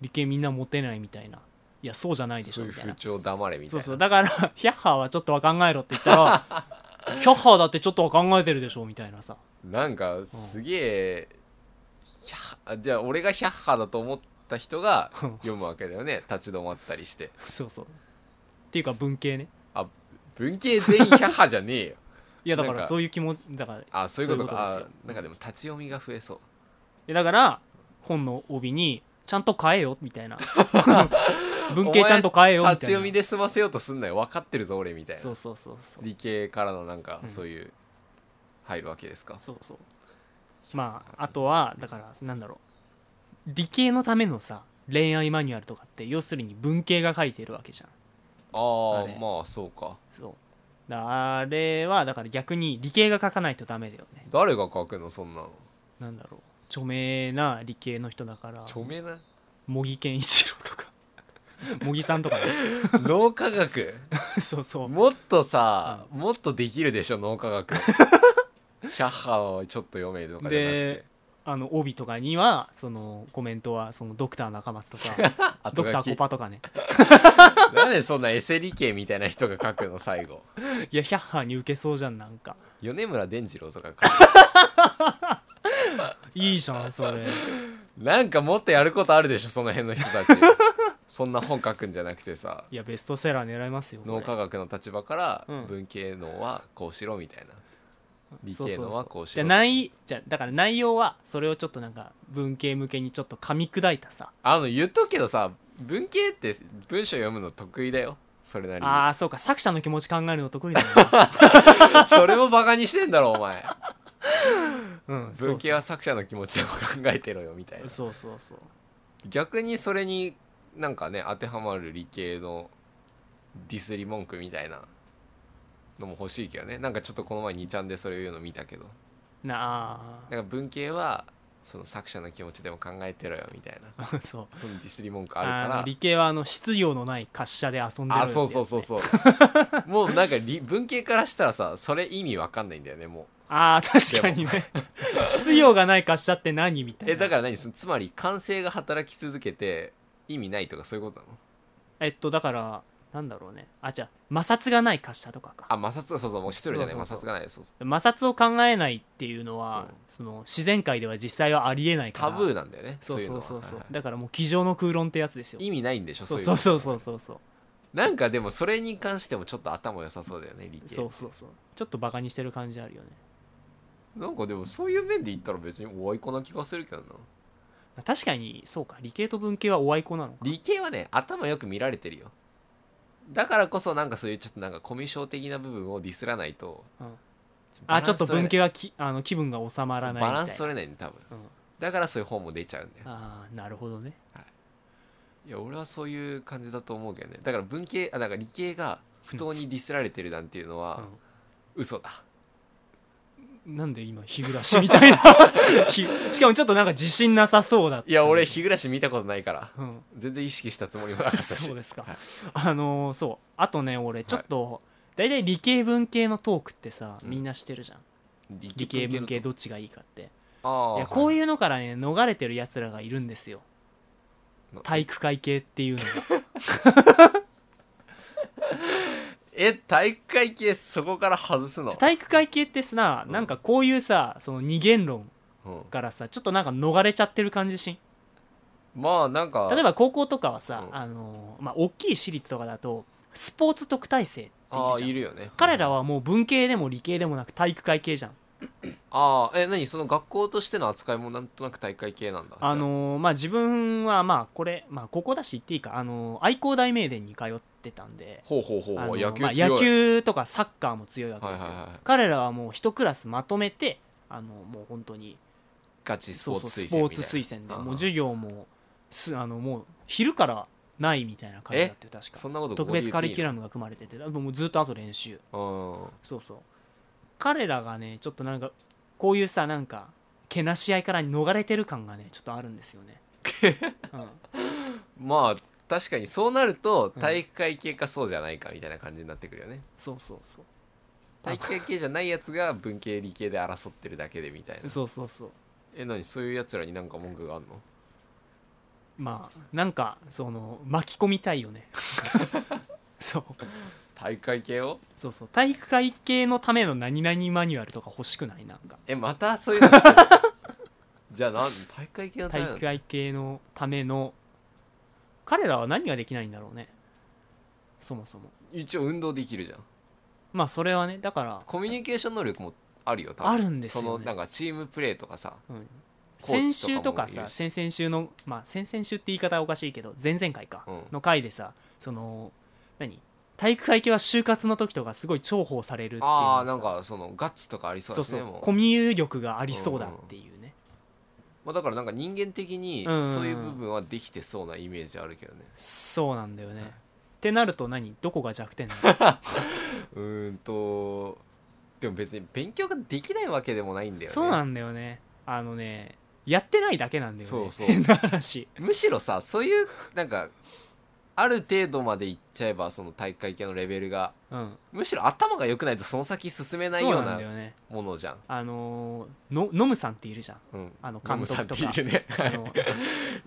[SPEAKER 1] 理系みんなモテないみたいないやそうじゃないでし
[SPEAKER 2] そ
[SPEAKER 1] ょ
[SPEAKER 2] ういう
[SPEAKER 1] みたい
[SPEAKER 2] 風
[SPEAKER 1] な
[SPEAKER 2] 潮黙れみた
[SPEAKER 1] そ
[SPEAKER 2] いうな
[SPEAKER 1] そうだからヒャッハーはちょっとは考えろって言ったら
[SPEAKER 2] [LAUGHS]
[SPEAKER 1] ヒャッハーだってちょっとは考えてるでしょみたいなさ
[SPEAKER 2] なんかすげえ、ヒャッハじゃあ俺がヒャッハだと思った
[SPEAKER 1] [LAUGHS]
[SPEAKER 2] 人が
[SPEAKER 1] うん
[SPEAKER 2] 読むわけだよね立ち止まったりして
[SPEAKER 1] そうそうっていうか文系ね
[SPEAKER 2] あ文系全員ヒャッハじゃねえよ
[SPEAKER 1] いやだか
[SPEAKER 2] なん
[SPEAKER 1] ら
[SPEAKER 2] か
[SPEAKER 1] そういう気持ちだから
[SPEAKER 2] あそういうことか
[SPEAKER 1] そういうことですよ
[SPEAKER 2] あなんかでも立ち読みが増えそう
[SPEAKER 1] えだから本の帯にちゃんと変えよみた
[SPEAKER 2] [LAUGHS]
[SPEAKER 1] いな文系ちゃんと変えよみたいな
[SPEAKER 2] 立ち読みで済ませようとすんなよ分かってるぞ俺みたいな
[SPEAKER 1] そうそうそうそう
[SPEAKER 2] 理系からのなんか
[SPEAKER 1] うん
[SPEAKER 2] そういう入るわけですか、
[SPEAKER 1] そうそうまああとはだからなんだろう理系のためのさ恋愛マニュアルとかって要するに文系が書いてるわけじゃん
[SPEAKER 2] あ
[SPEAKER 1] あ
[SPEAKER 2] あ
[SPEAKER 1] れ
[SPEAKER 2] まあそうか
[SPEAKER 1] そうだあれはだから逆に理系が書かないとダメだよね
[SPEAKER 2] 誰が書くのそんなの
[SPEAKER 1] なんだろう著名な理系の人だから
[SPEAKER 2] 著
[SPEAKER 1] [LAUGHS]
[SPEAKER 2] 名な
[SPEAKER 1] 茂木健一郎とか茂木さんとか
[SPEAKER 2] [LAUGHS]
[SPEAKER 1] ね
[SPEAKER 2] 脳科学
[SPEAKER 1] そうそう
[SPEAKER 2] もっとさ、もっとできるでしょ脳科 [LAUGHS] 学キャッハをちょっと読めとかじゃなくて
[SPEAKER 1] であの帯とかにはそのコメントはそのドクター中松とか
[SPEAKER 2] [LAUGHS] あ
[SPEAKER 1] ド
[SPEAKER 2] と
[SPEAKER 1] クタ
[SPEAKER 2] が
[SPEAKER 1] ーコ
[SPEAKER 2] き
[SPEAKER 1] パとか
[SPEAKER 2] [LAUGHS]
[SPEAKER 1] ね
[SPEAKER 2] なんでそんなエセ理系みたいな人が書くの最後
[SPEAKER 1] いやヒャッハーに受けそうじゃんなんか
[SPEAKER 2] [LAUGHS] 米村伝次郎とか書く
[SPEAKER 1] いいじゃん
[SPEAKER 2] [LAUGHS]
[SPEAKER 1] それ
[SPEAKER 2] なんかもっとやることあるでしょその辺の人たち [LAUGHS] そんな本書くんじゃなくてさ
[SPEAKER 1] いやベストセラー狙いますよこれ
[SPEAKER 2] 脳科学の立場から
[SPEAKER 1] うん
[SPEAKER 2] 文系のはこうしろみたいな、理系のはこうし
[SPEAKER 1] じゃ
[SPEAKER 2] ろ
[SPEAKER 1] あないじゃあだから内容はそれをちょっとなんか文系向けにちょっと噛み砕いたさ
[SPEAKER 2] あの言っとくけどさ文系って文章読むの得意だよそれなりに
[SPEAKER 1] ああそうか作者の気持ち考えるの得意だよ
[SPEAKER 2] [LAUGHS]
[SPEAKER 1] ね
[SPEAKER 2] それもバカにしてんだろお前
[SPEAKER 1] うんそうそう
[SPEAKER 2] 文系は作者の気持ちでも考えてろよみたいな
[SPEAKER 1] そうそう
[SPEAKER 2] [LAUGHS]
[SPEAKER 1] そう
[SPEAKER 2] 逆にそれになんかね当てはまる理系のディスり文句みたいなのも欲しいけどねなんかちょっとこの前2ちゃんでそれを言うの見たけど
[SPEAKER 1] な
[SPEAKER 2] なんか文系はその作者の気持ちでも考えてろよみたい
[SPEAKER 1] [LAUGHS]
[SPEAKER 2] な
[SPEAKER 1] あそう
[SPEAKER 2] そのディスり文句ある
[SPEAKER 1] あ
[SPEAKER 2] から
[SPEAKER 1] の理系はあの質量のない滑車で遊んでる
[SPEAKER 2] あそうそうそう
[SPEAKER 1] う
[SPEAKER 2] そうもうなんか理文系からしたらさそれ意味わかんないんだよねもう
[SPEAKER 1] ああ確かにね質量がない滑車って何みたいな
[SPEAKER 2] えだから何そのつまり感性が働き続けて意味ないとかそういうことなの
[SPEAKER 1] えっとだからなんだろうねあじゃあ摩擦がない滑車とかか
[SPEAKER 2] あ摩擦そうそうもう失礼じゃない
[SPEAKER 1] そうそうそう
[SPEAKER 2] 摩擦がないそうそう
[SPEAKER 1] 摩擦を考えないっていうのは、
[SPEAKER 2] うん
[SPEAKER 1] その自然界では実際はありえないから
[SPEAKER 2] タブーなんだよね
[SPEAKER 1] そうそう
[SPEAKER 2] そ
[SPEAKER 1] そう
[SPEAKER 2] いうう
[SPEAKER 1] そう
[SPEAKER 2] のははいは
[SPEAKER 1] だからもう机上の空論ってやつですよ
[SPEAKER 2] い意味ないんでしょ
[SPEAKER 1] そう
[SPEAKER 2] い
[SPEAKER 1] そうそううそうそうそう
[SPEAKER 2] のなんかでもそれに関してもちょっと頭良さそうだよね理系
[SPEAKER 1] そうそうそうちょっとバカにしてる感じあるよね、
[SPEAKER 2] なんかでもそういう面で言ったら別におあいこな気がするけどな
[SPEAKER 1] まあ確かにそうか理系と文系はおあいこなのか
[SPEAKER 2] 理系はね頭よく見られてるよだからこそなんかそういうちょっとなんかコミュ障的な部分をディスらないと、
[SPEAKER 1] うん
[SPEAKER 2] バラ
[SPEAKER 1] あ
[SPEAKER 2] ン
[SPEAKER 1] ちょっ
[SPEAKER 2] ス
[SPEAKER 1] と
[SPEAKER 2] 取れな
[SPEAKER 1] 文
[SPEAKER 2] い
[SPEAKER 1] 系はきあの気分が収まらないみたい
[SPEAKER 2] バ
[SPEAKER 1] な
[SPEAKER 2] ランス取れないね多分
[SPEAKER 1] うん、
[SPEAKER 2] だからそういう本も出ちゃうんだよ
[SPEAKER 1] ああなるほどね
[SPEAKER 2] いや俺はそういう感じだと思うけどねだから文系あだから理系が不当にディスられてるなんていうのは嘘だ、
[SPEAKER 1] なんで今日暮らしみたいな [LAUGHS] ひしかもちょっとなんか自信なさそうだった
[SPEAKER 2] いや俺日暮らし見たことないから
[SPEAKER 1] うん
[SPEAKER 2] 全然意識したつもりもなかったし
[SPEAKER 1] そうですか
[SPEAKER 2] はい
[SPEAKER 1] あのーそうあとね俺ちょっと、大体理系文系のトークってさみんなしてるじゃん、理系文系どっちがいいかって
[SPEAKER 2] ああ
[SPEAKER 1] いやこう
[SPEAKER 2] う
[SPEAKER 1] いうのからね逃れてるやつらがいるんですよ体育会系って [LAUGHS] いうのが
[SPEAKER 2] え体育会系そこから外すの、
[SPEAKER 1] 体育会系ってさ
[SPEAKER 2] うん
[SPEAKER 1] なんかこういうさその二元論
[SPEAKER 2] うん
[SPEAKER 1] からさちょっとなんか逃れちゃってる感じしん
[SPEAKER 2] まあなんか
[SPEAKER 1] 例えば高校とかはさ、
[SPEAKER 2] うん
[SPEAKER 1] あのーまあ大きい私立とかだとスポーツ特待生って
[SPEAKER 2] ああ
[SPEAKER 1] いるじゃん
[SPEAKER 2] いるよね
[SPEAKER 1] 彼らはもう文系でも理系でもなく体育会系じゃん
[SPEAKER 2] ああえ何その学校としての扱いもなんとなく体育会系なんだ
[SPEAKER 1] あのーまあ自分はまあこれまあここだし言っていいかあのー愛工大名電に通ってたんで
[SPEAKER 2] ほうほうほう
[SPEAKER 1] あ
[SPEAKER 2] ほ
[SPEAKER 1] の
[SPEAKER 2] う
[SPEAKER 1] ー
[SPEAKER 2] 野球
[SPEAKER 1] まあ
[SPEAKER 2] 強い、
[SPEAKER 1] 野球とかサッカーも強いわけですよ、
[SPEAKER 2] はいはいはい
[SPEAKER 1] 彼らはもう一クラスまとめてあのもう本当に
[SPEAKER 2] ガチスポーツ
[SPEAKER 1] そう
[SPEAKER 2] 推
[SPEAKER 1] そう
[SPEAKER 2] 薦
[SPEAKER 1] スポーツ
[SPEAKER 2] みたいな
[SPEAKER 1] 推薦で
[SPEAKER 2] うんうん
[SPEAKER 1] もう授業もすあのもう昼からないみたいな感じだって確か
[SPEAKER 2] そんなこと
[SPEAKER 1] 特別カリキュ
[SPEAKER 2] ラ
[SPEAKER 1] ラムが組まれててもうずっとあと練習
[SPEAKER 2] ム
[SPEAKER 1] そうそう彼らがねちょっとなんかこういうさなんかけなし合いから逃れてる感がねちょっとあるんですよね、うん
[SPEAKER 2] まあ確かにそうなると
[SPEAKER 1] うん
[SPEAKER 2] 体育会系かそうじゃないかみたいな感じになってくるよね、
[SPEAKER 1] そうそうそう
[SPEAKER 2] 体育会系じゃないやつが文系理系で争ってるだけでみたいな
[SPEAKER 1] そうそうそう
[SPEAKER 2] え何そういうやつらになんか文句があんの
[SPEAKER 1] まあなんかその巻き込みたいよねそう
[SPEAKER 2] 大会系を
[SPEAKER 1] そうそう体育会系のための何々マニュアルとか欲しくないなんか
[SPEAKER 2] えまたそういうの [LAUGHS] 作るじゃあなん大会系のため
[SPEAKER 1] 体
[SPEAKER 2] なの
[SPEAKER 1] 育会系のための彼らは何ができないんだろうねそもそも
[SPEAKER 2] 一応運動できるじゃん
[SPEAKER 1] まあそれはねだから、
[SPEAKER 2] コミュニケーション能力もあるよ多
[SPEAKER 1] あるんですよね
[SPEAKER 2] そのなんかチームプレーとかさ
[SPEAKER 1] うん、
[SPEAKER 2] コー
[SPEAKER 1] 先
[SPEAKER 2] チ
[SPEAKER 1] 週
[SPEAKER 2] と
[SPEAKER 1] と
[SPEAKER 2] かも
[SPEAKER 1] か
[SPEAKER 2] いるし
[SPEAKER 1] さ先々週のまあ先々週って言い方はおかしいけど前々回か
[SPEAKER 2] うん
[SPEAKER 1] の回でさその何体育会系は就活の時とかすごい重宝されるっていうのが
[SPEAKER 2] あ
[SPEAKER 1] さ
[SPEAKER 2] あーなんかそのガッツとかありそう
[SPEAKER 1] そう
[SPEAKER 2] です
[SPEAKER 1] そ
[SPEAKER 2] ね
[SPEAKER 1] う
[SPEAKER 2] もう
[SPEAKER 1] コミュ力がありそうだっていうね
[SPEAKER 2] まあ、だからなんか人間的に
[SPEAKER 1] うんうんうん
[SPEAKER 2] そういう部分はできてそうなイメージあるけどね
[SPEAKER 1] そうなんだよねってなると何どこが弱点な
[SPEAKER 2] [LAUGHS]
[SPEAKER 1] の
[SPEAKER 2] うーんとでも別に勉強ができないわけでもないんだよね
[SPEAKER 1] そうなんだよねあのねやってないだけなんだよね
[SPEAKER 2] そうそ
[SPEAKER 1] [LAUGHS]
[SPEAKER 2] う
[SPEAKER 1] 変な話
[SPEAKER 2] むしろさそういうなんかある程度までいっちゃえばその大会系のレベルが
[SPEAKER 1] うん
[SPEAKER 2] むしろ頭が良くないとその先進めない
[SPEAKER 1] そう
[SPEAKER 2] よう
[SPEAKER 1] なん
[SPEAKER 2] な
[SPEAKER 1] だよね
[SPEAKER 2] ものじゃん
[SPEAKER 1] あのーのノムさんっているじゃん
[SPEAKER 2] うん
[SPEAKER 1] あの
[SPEAKER 2] ノム
[SPEAKER 1] 監
[SPEAKER 2] さ
[SPEAKER 1] 督
[SPEAKER 2] んっ
[SPEAKER 1] と
[SPEAKER 2] てい
[SPEAKER 1] か
[SPEAKER 2] るね
[SPEAKER 1] あ
[SPEAKER 2] [LAUGHS]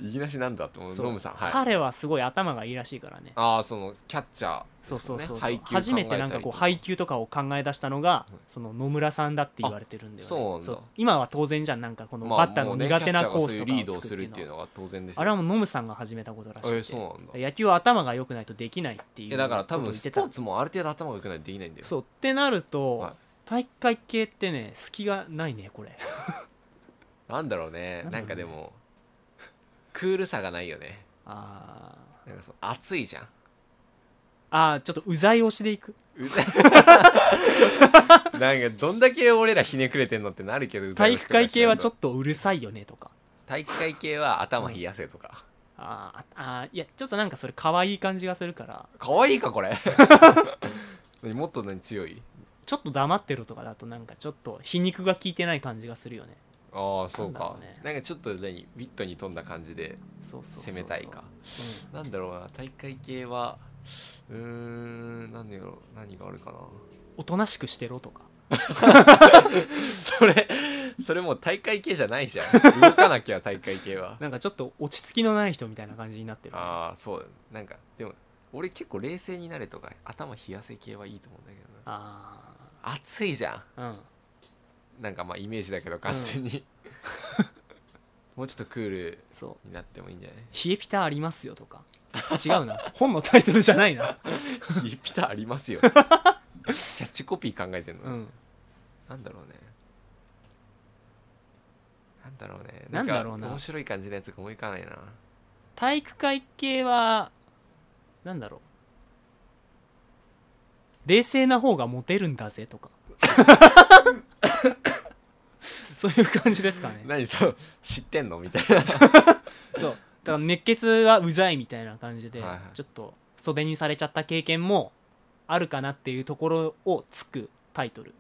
[SPEAKER 1] の
[SPEAKER 2] いきなしなんだと思う
[SPEAKER 1] そう
[SPEAKER 2] ノムさんはい
[SPEAKER 1] 彼はすごい頭がいいらしいからね
[SPEAKER 2] ああそのキャッチャー
[SPEAKER 1] そうそうそうそう、
[SPEAKER 2] ですよね配球考えたり
[SPEAKER 1] 初めてなんかこう配球とかを考え出したのが
[SPEAKER 2] うん
[SPEAKER 1] その野村さんだって言われてるんだよね
[SPEAKER 2] あそうなんだ
[SPEAKER 1] 今は当然じゃんなんかこの
[SPEAKER 2] まあ
[SPEAKER 1] バッター
[SPEAKER 2] も
[SPEAKER 1] の
[SPEAKER 2] うね
[SPEAKER 1] 苦手なコース
[SPEAKER 2] キャッチャ
[SPEAKER 1] と
[SPEAKER 2] がそういうリード
[SPEAKER 1] か
[SPEAKER 2] を
[SPEAKER 1] を
[SPEAKER 2] す
[SPEAKER 1] 作
[SPEAKER 2] る
[SPEAKER 1] るっ
[SPEAKER 2] っ
[SPEAKER 1] てて
[SPEAKER 2] い
[SPEAKER 1] いううの
[SPEAKER 2] の
[SPEAKER 1] は
[SPEAKER 2] が当然ですよ
[SPEAKER 1] あれはもうノムさんが始めたことらし
[SPEAKER 2] え
[SPEAKER 1] く
[SPEAKER 2] ーそう
[SPEAKER 1] て
[SPEAKER 2] なんだ
[SPEAKER 1] 野球は頭が良くないとできないっていう
[SPEAKER 2] えだから
[SPEAKER 1] こと
[SPEAKER 2] 多分
[SPEAKER 1] を言っ
[SPEAKER 2] ス
[SPEAKER 1] て
[SPEAKER 2] ポ
[SPEAKER 1] た
[SPEAKER 2] ーツもある程度頭が良くないとできないんだよ
[SPEAKER 1] そうってなる
[SPEAKER 2] はい
[SPEAKER 1] と体育会系ってね隙がないねこれ
[SPEAKER 2] なんだろうね
[SPEAKER 1] なんだろうね
[SPEAKER 2] なんかでもクールさがないよね
[SPEAKER 1] あー
[SPEAKER 2] なんかそう熱いじゃん
[SPEAKER 1] あーちょっとうざい押しでいく
[SPEAKER 2] うざなんかどんだけ俺らひねくれてんのってなるけどうざ
[SPEAKER 1] [LAUGHS] 体
[SPEAKER 2] いの
[SPEAKER 1] 育
[SPEAKER 2] 人たち
[SPEAKER 1] 会系はちょっ
[SPEAKER 2] と
[SPEAKER 1] とうるさいよねとか
[SPEAKER 2] 体育会系は頭冷やせとか
[SPEAKER 1] あーあーいやちょっとなんかそれ可愛い感じがするから
[SPEAKER 2] 可愛いかこれ [LAUGHS] 何もっと何強い
[SPEAKER 1] ちょっと黙ってろとかだとなんかちょっと皮肉が効いてない感じがするよね
[SPEAKER 2] ああそう
[SPEAKER 1] なんだ
[SPEAKER 2] か
[SPEAKER 1] ろうね
[SPEAKER 2] なんかちょっと何ビットに富んだ感じで
[SPEAKER 1] そうそうそうそう
[SPEAKER 2] 攻めたいかなんだろうな体育会系はうーん何だろう何があるかな [LAUGHS]
[SPEAKER 1] うんおとなしくしてろとか
[SPEAKER 2] それそれもう大会系じゃないじゃん動かなきゃ大会系は
[SPEAKER 1] なんかちょっと落ち着きのない人みたいな感じになってる
[SPEAKER 2] ああそうだねなんかでも俺結構冷静になれとか頭冷やせ系はいいと思うんだけどな
[SPEAKER 1] あ
[SPEAKER 2] 暑いじゃ
[SPEAKER 1] ーうん
[SPEAKER 2] んなんかまあイメージだけど完全に、 [LAUGHS] もうちょっとクール
[SPEAKER 1] そう
[SPEAKER 2] になってもいいんじゃない
[SPEAKER 1] 冷えピタありますよとか違うな [LAUGHS] 本のタイトルじゃないな
[SPEAKER 2] [LAUGHS] リピタありますよキャッチコピー考えてんの、
[SPEAKER 1] うん
[SPEAKER 2] なんだろうねなんだろうね
[SPEAKER 1] なんだろうな
[SPEAKER 2] か面白い感じのやつが思い浮かないな
[SPEAKER 1] 体育会系はなんだろう冷静な方がモテるんだぜとか
[SPEAKER 2] [LAUGHS]
[SPEAKER 1] そういう感じですかね
[SPEAKER 2] 何そう知ってんのみたい [LAUGHS] な
[SPEAKER 1] そうだから熱血がうざいみたいな感じで、
[SPEAKER 2] はいはい
[SPEAKER 1] ちょっと袖にされちゃった経験もあるかなっていうところをつくタイトル、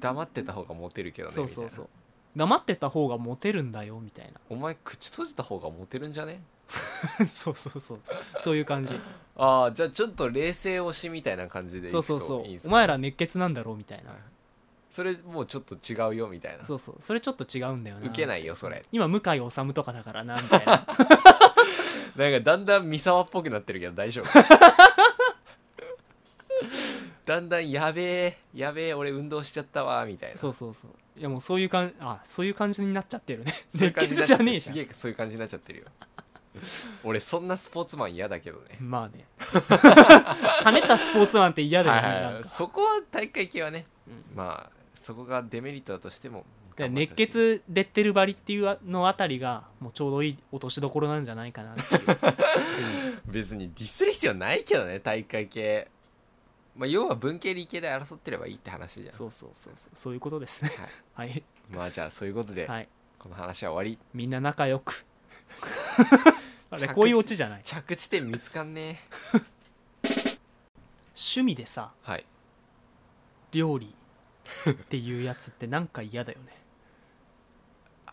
[SPEAKER 2] 黙ってた方がモテるけどね
[SPEAKER 1] そうそうそう
[SPEAKER 2] み
[SPEAKER 1] 黙ってた方がモテるんだよみ
[SPEAKER 2] [LAUGHS]
[SPEAKER 1] たい
[SPEAKER 2] たいなお前口閉じた方がモテるんじゃね
[SPEAKER 1] なそうそうそうそういう感じ
[SPEAKER 2] ああじゃあちょっと冷静推しみたいな感じでいく
[SPEAKER 1] そう
[SPEAKER 2] と
[SPEAKER 1] そうそう
[SPEAKER 2] いいんす
[SPEAKER 1] お
[SPEAKER 2] か
[SPEAKER 1] 前ら熱血なんだろうみたいな、
[SPEAKER 2] はいそれもうちょっと違うよみたいな
[SPEAKER 1] そうそうそれちょっと違うんだよな
[SPEAKER 2] 受けないよそれ
[SPEAKER 1] 今向井治とかだからなみた
[SPEAKER 2] [LAUGHS]
[SPEAKER 1] いな
[SPEAKER 2] なんかだんだん三沢っぽくなってるけど
[SPEAKER 1] [LAUGHS]
[SPEAKER 2] 大丈夫だんだんやべえやべえ俺運動しちゃったわみたいな
[SPEAKER 1] そうそうそういやもうそういう感じあそういう感じになっちゃってるね
[SPEAKER 2] そうい
[SPEAKER 1] [LAUGHS] 熱
[SPEAKER 2] う感に
[SPEAKER 1] 血
[SPEAKER 2] なっ
[SPEAKER 1] じゃ
[SPEAKER 2] ちゃって
[SPEAKER 1] ねえじゃ
[SPEAKER 2] すげえそういう感じになっちゃってるよ俺そんなスポーツマン嫌だけどね
[SPEAKER 1] んまあ
[SPEAKER 2] [LAUGHS]
[SPEAKER 1] ね冷めたスポーツマンって嫌だよね、
[SPEAKER 2] はい
[SPEAKER 1] な
[SPEAKER 2] は
[SPEAKER 1] ん
[SPEAKER 2] い
[SPEAKER 1] か
[SPEAKER 2] そこは大会系はね、
[SPEAKER 1] う
[SPEAKER 2] まあそこがデメリットだとしても
[SPEAKER 1] で熱血レッテル張りっていうのあたりがもうちょうどいい落としどころなんじゃないかなっていう
[SPEAKER 2] 別にディスる必要ないけどね大会系まあ要は文系理系で争ってればいいって話じゃん
[SPEAKER 1] [LAUGHS] そうそうそうそうそういうことですねはい
[SPEAKER 2] まあじゃあそういうことで、
[SPEAKER 1] はい
[SPEAKER 2] この話は終わり
[SPEAKER 1] みんな仲良 [LAUGHS] くあ
[SPEAKER 2] 着
[SPEAKER 1] れ
[SPEAKER 2] 地
[SPEAKER 1] こういうオチじゃない
[SPEAKER 2] 着地点見つかんねえ
[SPEAKER 1] 趣味でさ
[SPEAKER 2] はい
[SPEAKER 1] 料理っていうやつってなんか嫌だよね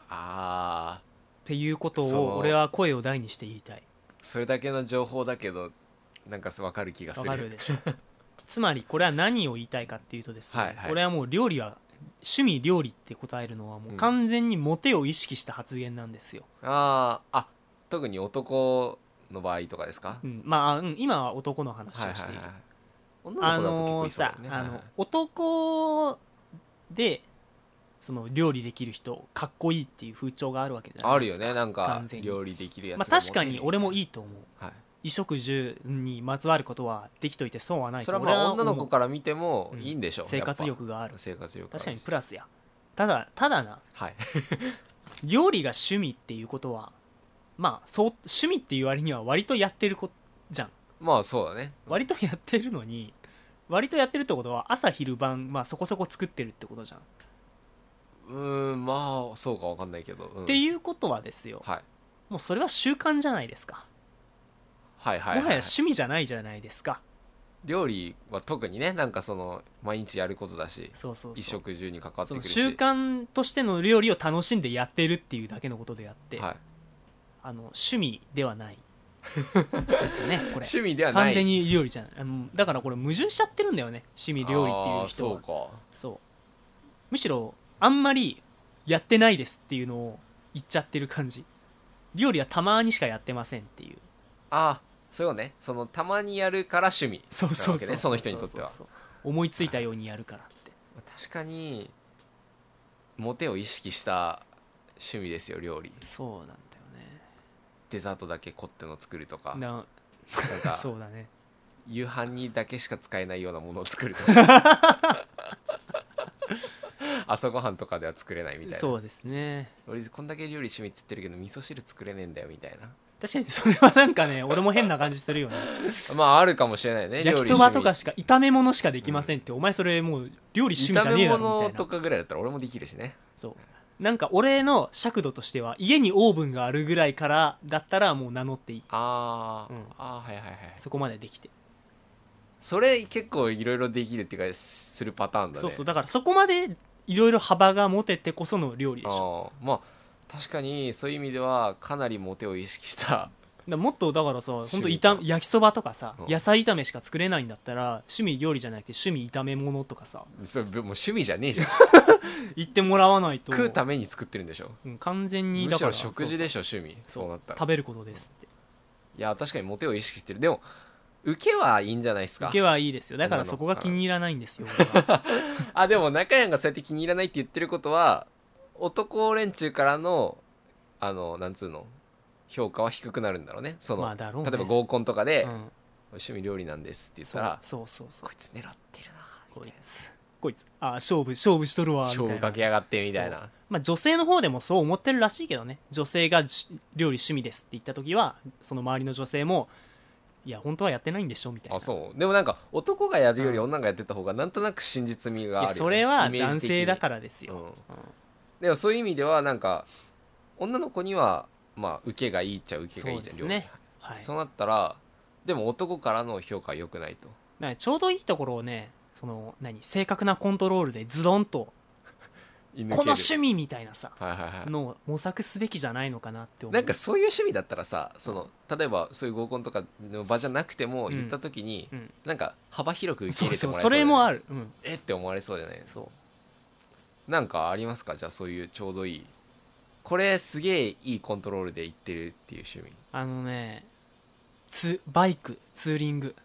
[SPEAKER 2] あー
[SPEAKER 1] っていうこと
[SPEAKER 2] その
[SPEAKER 1] を俺は声を大にして言いたい
[SPEAKER 2] それだけの情報だけどなんか分かる気がす
[SPEAKER 1] わ
[SPEAKER 2] る
[SPEAKER 1] かるでしょつまりこれは何を言いたいかっていうとですね、
[SPEAKER 2] はいはい
[SPEAKER 1] これはもう料理は趣味料理って答えるのはもう完全にモテを意識した発言なんですよ、
[SPEAKER 2] あーあ特に男の場合とかですか
[SPEAKER 1] うん、まあ、うん、今は男の話
[SPEAKER 2] はい
[SPEAKER 1] を
[SPEAKER 2] は
[SPEAKER 1] してい
[SPEAKER 2] い
[SPEAKER 1] る、
[SPEAKER 2] はい女の子だと
[SPEAKER 1] あのー
[SPEAKER 2] 結構い
[SPEAKER 1] さ
[SPEAKER 2] そう、だよね
[SPEAKER 1] あ
[SPEAKER 2] はい
[SPEAKER 1] の
[SPEAKER 2] はい
[SPEAKER 1] 男でその料理できる人かっこいいっていう風潮があるわけじゃな
[SPEAKER 2] あ
[SPEAKER 1] い
[SPEAKER 2] る
[SPEAKER 1] です
[SPEAKER 2] よ
[SPEAKER 1] か
[SPEAKER 2] ねなんか
[SPEAKER 1] 完全に
[SPEAKER 2] 料理できるやつ
[SPEAKER 1] まあ、
[SPEAKER 2] が
[SPEAKER 1] 確かに俺もいいと思う
[SPEAKER 2] はい
[SPEAKER 1] 衣食住にまつわることはできといて損はないと
[SPEAKER 2] それは
[SPEAKER 1] 俺
[SPEAKER 2] まあ
[SPEAKER 1] 思
[SPEAKER 2] 女
[SPEAKER 1] う
[SPEAKER 2] の子から見てもいいんでしょう、
[SPEAKER 1] 生活
[SPEAKER 2] やっ
[SPEAKER 1] 力がある
[SPEAKER 2] ぱ生活力
[SPEAKER 1] 確かにプ
[SPEAKER 2] ラ
[SPEAKER 1] ラスやただただな
[SPEAKER 2] はい [LAUGHS]
[SPEAKER 1] 料理が趣味っていうことはまあそう趣味っていう割には割とやってるこじゃん
[SPEAKER 2] まあそうだね
[SPEAKER 1] 割とやってるのに割とやってるってことは朝昼晩、まあ、そこそこ作ってるってことじゃん、
[SPEAKER 2] うーんまあそうかわかんないけど、うん
[SPEAKER 1] っていうことはですよ
[SPEAKER 2] はい
[SPEAKER 1] もうそれは習慣じゃないですか、
[SPEAKER 2] はいはいはい、
[SPEAKER 1] もはや趣味じゃないじゃないですか
[SPEAKER 2] 料理は特にねなんかその毎日やることだし
[SPEAKER 1] そうそう
[SPEAKER 2] 一
[SPEAKER 1] そう
[SPEAKER 2] 食中に関わって
[SPEAKER 1] そ
[SPEAKER 2] く
[SPEAKER 1] の
[SPEAKER 2] るし
[SPEAKER 1] 習慣としての料理を楽しんでやってるっていうだけのことであって、
[SPEAKER 2] はい、
[SPEAKER 1] あの趣味では
[SPEAKER 2] [LAUGHS]
[SPEAKER 1] ないですよねこれ
[SPEAKER 2] 趣味ではない
[SPEAKER 1] 完全に料理じゃないあのだからこれ矛盾しちゃってるんだよね趣味料理っていう人は
[SPEAKER 2] あーそうか
[SPEAKER 1] そうむしろあんまりやってないですっていうのを言っちゃってる感じ料理はたまにしかやってませんっていう
[SPEAKER 2] あーそうねそのたまにやるから趣味
[SPEAKER 1] そう
[SPEAKER 2] な
[SPEAKER 1] そ
[SPEAKER 2] わ
[SPEAKER 1] う
[SPEAKER 2] け
[SPEAKER 1] そう
[SPEAKER 2] ねその人にとっては
[SPEAKER 1] そうそうそう思いついたようにやるからって
[SPEAKER 2] 確かにモテを意識した趣味ですよ料理
[SPEAKER 1] そうなんだよね
[SPEAKER 2] デザートだけ凝っての作るとか
[SPEAKER 1] な
[SPEAKER 2] なん
[SPEAKER 1] [LAUGHS]
[SPEAKER 2] か
[SPEAKER 1] そうだね
[SPEAKER 2] 夕飯にだけしか使えないようなものを作るとか
[SPEAKER 1] [LAUGHS]
[SPEAKER 2] 朝ごはんとかでは作れないみたいな
[SPEAKER 1] そうですね
[SPEAKER 2] 俺こんだけ料理趣味っつってるけど味噌汁作れねえんだよみたいな
[SPEAKER 1] 確かにそれはなんかね俺も変な感じするよね
[SPEAKER 2] まああるかもしれないね
[SPEAKER 1] 焼きそばとかしか炒め物しかできませんって、お前それもう料理趣味じゃ
[SPEAKER 2] 炒
[SPEAKER 1] ねえ
[SPEAKER 2] め
[SPEAKER 1] だろみ
[SPEAKER 2] 物
[SPEAKER 1] たい
[SPEAKER 2] と
[SPEAKER 1] な
[SPEAKER 2] かぐらいだったら俺もできるしね
[SPEAKER 1] そうなんか俺の尺度としては家にオーブンがあるぐらいからだったらもう名乗っていい
[SPEAKER 2] あー、
[SPEAKER 1] うん
[SPEAKER 2] あーはいはいはい
[SPEAKER 1] そこまでできて、
[SPEAKER 2] それ結構いろいろできるっていうかするパターンだね
[SPEAKER 1] そうそうだからそこまでいろいろ幅が持ててこその料理でしょ
[SPEAKER 2] あーまあ確かにそういう意味ではかなりモテを意識した [LAUGHS]
[SPEAKER 1] だからもっとだからさ本当
[SPEAKER 2] 趣味か
[SPEAKER 1] 炒め焼きそばとかさ、
[SPEAKER 2] うん
[SPEAKER 1] 野菜炒めしか作れないんだったら趣味料理じゃなくて趣味炒め物とかさ
[SPEAKER 2] それもう趣味じゃねえじゃん
[SPEAKER 1] 言ってもらわないと
[SPEAKER 2] 食うために作ってるんでしょ
[SPEAKER 1] うん完全に
[SPEAKER 2] む
[SPEAKER 1] だ
[SPEAKER 2] し
[SPEAKER 1] から
[SPEAKER 2] ろ食事でしょ趣味
[SPEAKER 1] そうそう
[SPEAKER 2] そうなったら
[SPEAKER 1] 食べることですって
[SPEAKER 2] いや確かにモテを意識してるでも受けはいいんじゃないですか
[SPEAKER 1] 受けはいいですよだからそこが気に入らないんですよ俺は
[SPEAKER 2] あでも中山がそうやって気に入らないって言ってることは男連中からのあのなんつうの評価は低くなるんだろうね [LAUGHS] その、
[SPEAKER 1] まあだろうね
[SPEAKER 2] 例えば合コンとかで、
[SPEAKER 1] うん
[SPEAKER 2] 趣味料理なんですって言っ
[SPEAKER 1] そ
[SPEAKER 2] た
[SPEAKER 1] う
[SPEAKER 2] ら
[SPEAKER 1] そうそうそう
[SPEAKER 2] こいつ狙ってるな
[SPEAKER 1] こ
[SPEAKER 2] み
[SPEAKER 1] い
[SPEAKER 2] たい
[SPEAKER 1] つこいつあ勝負勝負しとる
[SPEAKER 2] な
[SPEAKER 1] わみたい
[SPEAKER 2] 勝
[SPEAKER 1] な
[SPEAKER 2] 負かけやがってみたい
[SPEAKER 1] そ
[SPEAKER 2] な
[SPEAKER 1] まあ、女性の方でもそう思ってるらしいけどね女性がじ料理趣味ですって言った時はその周りの女性もいや本当はやってないんでしょみたいな
[SPEAKER 2] あそうでもなんか男がやるより
[SPEAKER 1] うん
[SPEAKER 2] 女がやってた方がなんとなく真実味があ
[SPEAKER 1] い
[SPEAKER 2] るよ
[SPEAKER 1] や
[SPEAKER 2] ね
[SPEAKER 1] それは
[SPEAKER 2] イメージ
[SPEAKER 1] 男
[SPEAKER 2] 的に
[SPEAKER 1] 性だからですよ、
[SPEAKER 2] うんでもそういう意味ではなんか女の子にはまあ受けがいいっちゃ受けがいいじゃん
[SPEAKER 1] そうですね
[SPEAKER 2] 料理
[SPEAKER 1] はい、
[SPEAKER 2] そうなったらでも男からの評価は良くないと
[SPEAKER 1] なんかちょうどいいところをねその何正確なコントロールでズドンとこ
[SPEAKER 2] 居抜ける
[SPEAKER 1] の趣味みたいなさ
[SPEAKER 2] はいはいはい
[SPEAKER 1] のを模索すべきじゃないのかなって思う
[SPEAKER 2] なんかそういう趣味だったらさその例えばそういう合コンとかの場じゃなくても
[SPEAKER 1] うん
[SPEAKER 2] 言った時に、
[SPEAKER 1] うん
[SPEAKER 2] なんか幅広く受け
[SPEAKER 1] そう
[SPEAKER 2] 入れて
[SPEAKER 1] そう
[SPEAKER 2] もらえ
[SPEAKER 1] それもあ
[SPEAKER 2] る
[SPEAKER 1] るうん
[SPEAKER 2] えって思われそうじゃない
[SPEAKER 1] そう
[SPEAKER 2] なんかありますかじゃあそういうちょうどいいこれすげえいいコントロールでいってるっていう趣味
[SPEAKER 1] あのねツバイクツーリング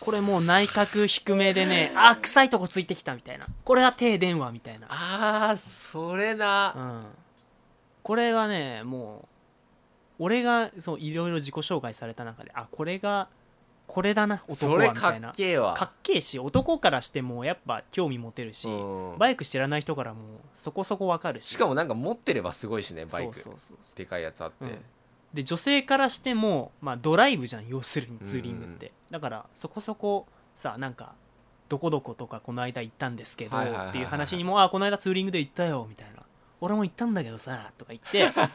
[SPEAKER 1] これもう内角低めで
[SPEAKER 2] [LAUGHS]
[SPEAKER 1] ねあ臭いとこついてきたみたいなこれは停電話みたいな
[SPEAKER 2] あーそれな
[SPEAKER 1] うんこれはねもう俺がそういろいろ自己紹介された中であこれがこれだな男
[SPEAKER 2] それ
[SPEAKER 1] はみ
[SPEAKER 2] か
[SPEAKER 1] たいな
[SPEAKER 2] っけえわ
[SPEAKER 1] かっけえし男からしてもやっぱ興味持てるし、
[SPEAKER 2] うん
[SPEAKER 1] バイク知らない人からもそこそこわかるし
[SPEAKER 2] しか
[SPEAKER 1] も
[SPEAKER 2] もなんか持ってればすごいしねバイク
[SPEAKER 1] そうそうそうそう
[SPEAKER 2] でかいやつあって、
[SPEAKER 1] うんで女性からしても、まあ、ドライブじゃん要するにツーリングっ
[SPEAKER 2] うん
[SPEAKER 1] て、だからそこそこさなんかどこどことかこの間行ったんですけど
[SPEAKER 2] はいはいはいはい
[SPEAKER 1] っていう話にも「あこの間ツーリングで行ったよ」みたいな「俺も行ったんだけどさ」とか言
[SPEAKER 2] [LAUGHS]
[SPEAKER 1] ってこ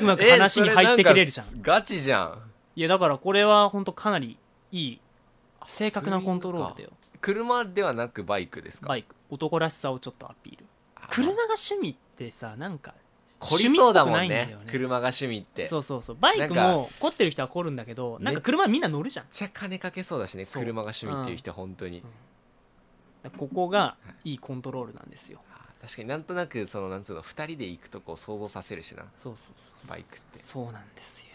[SPEAKER 1] ううまく
[SPEAKER 2] え
[SPEAKER 1] 話に入ってくれるじゃん,、
[SPEAKER 2] そなんかガチじゃん
[SPEAKER 1] いやだからこれは本当かなりいい正確なコントロールだよ
[SPEAKER 2] 車ではなくバイクですか
[SPEAKER 1] バイク男らしさをちょっとアピール
[SPEAKER 2] あー
[SPEAKER 1] 車が趣味ってさなんか
[SPEAKER 2] 凝りそうだもんね
[SPEAKER 1] 趣味っぽくないんだよね
[SPEAKER 2] 車が趣味って
[SPEAKER 1] そうそうそうバイク
[SPEAKER 2] なん
[SPEAKER 1] も凝ってる人は凝るんだけどなんか
[SPEAKER 2] め
[SPEAKER 1] 車みんな乗るじゃん
[SPEAKER 2] めっちゃ金かけそうだしね
[SPEAKER 1] そう
[SPEAKER 2] 車が趣味っていう人本当に、
[SPEAKER 1] うんここがいいコントロールなんですよ
[SPEAKER 2] あー確かになんとなくそのなんつうの2人で行くとこを想像させるしな
[SPEAKER 1] そうそうそう
[SPEAKER 2] バイクって
[SPEAKER 1] そうなんですよ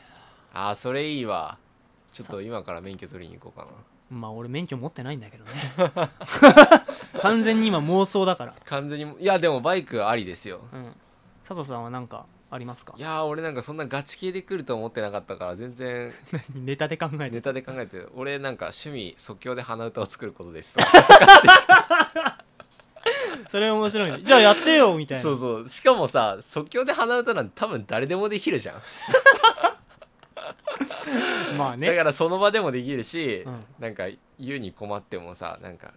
[SPEAKER 2] ああそれいいわちょっと今から免許取りに行こうかな
[SPEAKER 1] まあ俺免許持ってないんだけどね完全に今妄想だから
[SPEAKER 2] 完全にいやでもバイクありですよ
[SPEAKER 1] うん佐藤さんは何かありますか
[SPEAKER 2] いやー俺なんかそんなガチ系で来ると思ってなかったから
[SPEAKER 1] [LAUGHS]
[SPEAKER 2] 全然
[SPEAKER 1] ネタで考え
[SPEAKER 2] ネ
[SPEAKER 1] て
[SPEAKER 2] タで考えて俺なんか趣味即興で鼻歌を作ることですと
[SPEAKER 1] それ面白いねじゃあやってよみたいな
[SPEAKER 2] そうそうしかもさ即興で鼻歌なんて多分誰でもできるじゃん、
[SPEAKER 1] まあ
[SPEAKER 2] だ
[SPEAKER 1] ね
[SPEAKER 2] からその場でもできるし、
[SPEAKER 1] うん
[SPEAKER 2] なんか言うに困ってもさなんか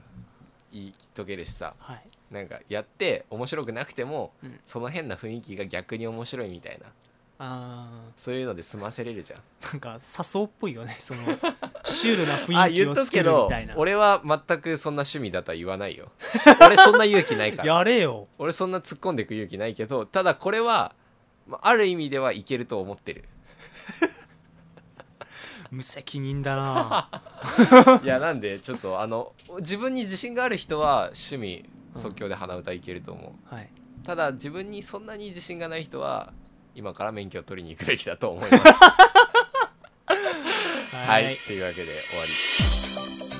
[SPEAKER 2] 言い解けるしさ
[SPEAKER 1] はい
[SPEAKER 2] なんかやって面白くなくても、
[SPEAKER 1] うん
[SPEAKER 2] その変な雰囲気が逆に面白いみたいな
[SPEAKER 1] あ
[SPEAKER 2] そういうので済ませれるじゃん
[SPEAKER 1] ーなんか誘うっぽいよねそのシュールな
[SPEAKER 2] あ
[SPEAKER 1] 雰囲気
[SPEAKER 2] 言っ
[SPEAKER 1] を
[SPEAKER 2] とく
[SPEAKER 1] 作
[SPEAKER 2] け
[SPEAKER 1] るみ
[SPEAKER 2] ど
[SPEAKER 1] たいな
[SPEAKER 2] 俺は全くそんな趣味だとは言わないよ
[SPEAKER 1] [LAUGHS]
[SPEAKER 2] 俺そんな勇気ないから
[SPEAKER 1] やれよ
[SPEAKER 2] 俺そんな突っ込んでいく勇気ないけどただこれはまあある意味ではいけると
[SPEAKER 1] [LAUGHS]
[SPEAKER 2] 思ってる
[SPEAKER 1] 無責任だ
[SPEAKER 2] [LAUGHS]
[SPEAKER 1] ない
[SPEAKER 2] やなんでちょっとあの自分に自信がある人は趣味
[SPEAKER 1] うん
[SPEAKER 2] 即興で鼻歌いけると思
[SPEAKER 1] はい、
[SPEAKER 2] うただ自分にそんなに自信がない人は今から免許を取りに行くべきだと思います
[SPEAKER 1] は
[SPEAKER 2] はいいというわけで終わり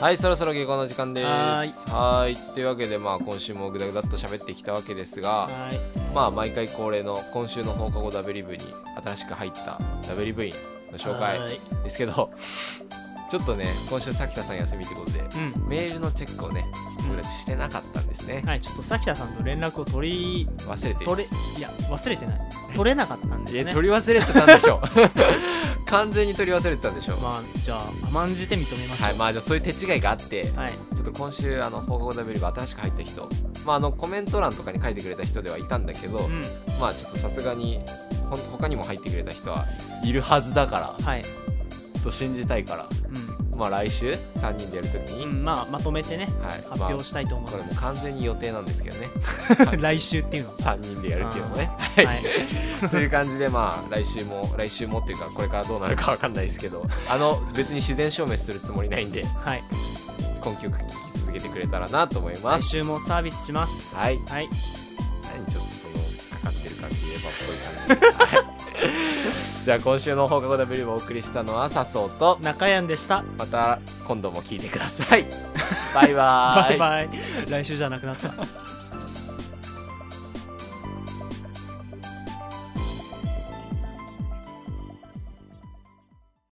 [SPEAKER 2] はいそろそろ下校の時間です
[SPEAKER 1] はーい
[SPEAKER 2] はーいというわけでまあ今週もぐだぐだっと喋ってきたわけですが
[SPEAKER 1] はい
[SPEAKER 2] まあ毎回恒例の今週の放課後ダブリブに新しく入ったダブリブ員の紹介
[SPEAKER 1] はい
[SPEAKER 2] ですけど [LAUGHS] ちょっとね今週さきたさん休みってことで
[SPEAKER 1] うん
[SPEAKER 2] メールのチェックをね僕たちしてなかったんですね
[SPEAKER 1] はい、ちょっと咲田さんと連絡を取り
[SPEAKER 2] 忘れてい
[SPEAKER 1] 取れいや忘れてない取れなかったんです
[SPEAKER 2] え
[SPEAKER 1] ね
[SPEAKER 2] 取り忘れてたんでし
[SPEAKER 1] [LAUGHS]
[SPEAKER 2] ょ完全に取り忘れてたんでしょ
[SPEAKER 1] まあじゃあ甘んじて認めましょ
[SPEAKER 2] はいまあじゃあそういう手違いがあって
[SPEAKER 1] うはい、
[SPEAKER 2] ちょっと今週あの放課後ダブリブ新しく入った人まああのコメント欄とかに書いてくれた人ではいたんだけど、
[SPEAKER 1] うん
[SPEAKER 2] まあちょっとさすがにほん他にも入ってくれた人はいるはずだから
[SPEAKER 1] はい
[SPEAKER 2] と信じたいからまあ来週3人でやるときに、
[SPEAKER 1] うん、うん、まあまとめてね
[SPEAKER 2] はい
[SPEAKER 1] 発表したいと
[SPEAKER 2] ま
[SPEAKER 1] 思
[SPEAKER 2] あ
[SPEAKER 1] い
[SPEAKER 2] これ
[SPEAKER 1] ま
[SPEAKER 2] もう
[SPEAKER 1] す、
[SPEAKER 2] 完全に予定なんですけどね
[SPEAKER 1] 来週っていうの
[SPEAKER 2] 3人でやるっていうのね
[SPEAKER 1] はい、
[SPEAKER 2] [LAUGHS] という感じでまあ来週も来週もっていうかこれからどうなるかわかんないですけ [LAUGHS] どあの別に自然消滅するつもりないんで
[SPEAKER 1] はい、
[SPEAKER 2] 今曲聴き続けてくれたらなと思いま
[SPEAKER 1] 来
[SPEAKER 2] す
[SPEAKER 1] 週もサービスします
[SPEAKER 2] はい
[SPEAKER 1] はい
[SPEAKER 2] 何ちょっとそのかかってる感じエヴァっぽい感じ、 [LAUGHS] はい、じゃあ今週の放課後 W をお送りしたのは笹生と
[SPEAKER 1] 中山でした
[SPEAKER 2] ま [LAUGHS] た今度も聴いてくださいバイバーイ
[SPEAKER 1] バイバイ来週じゃなくなった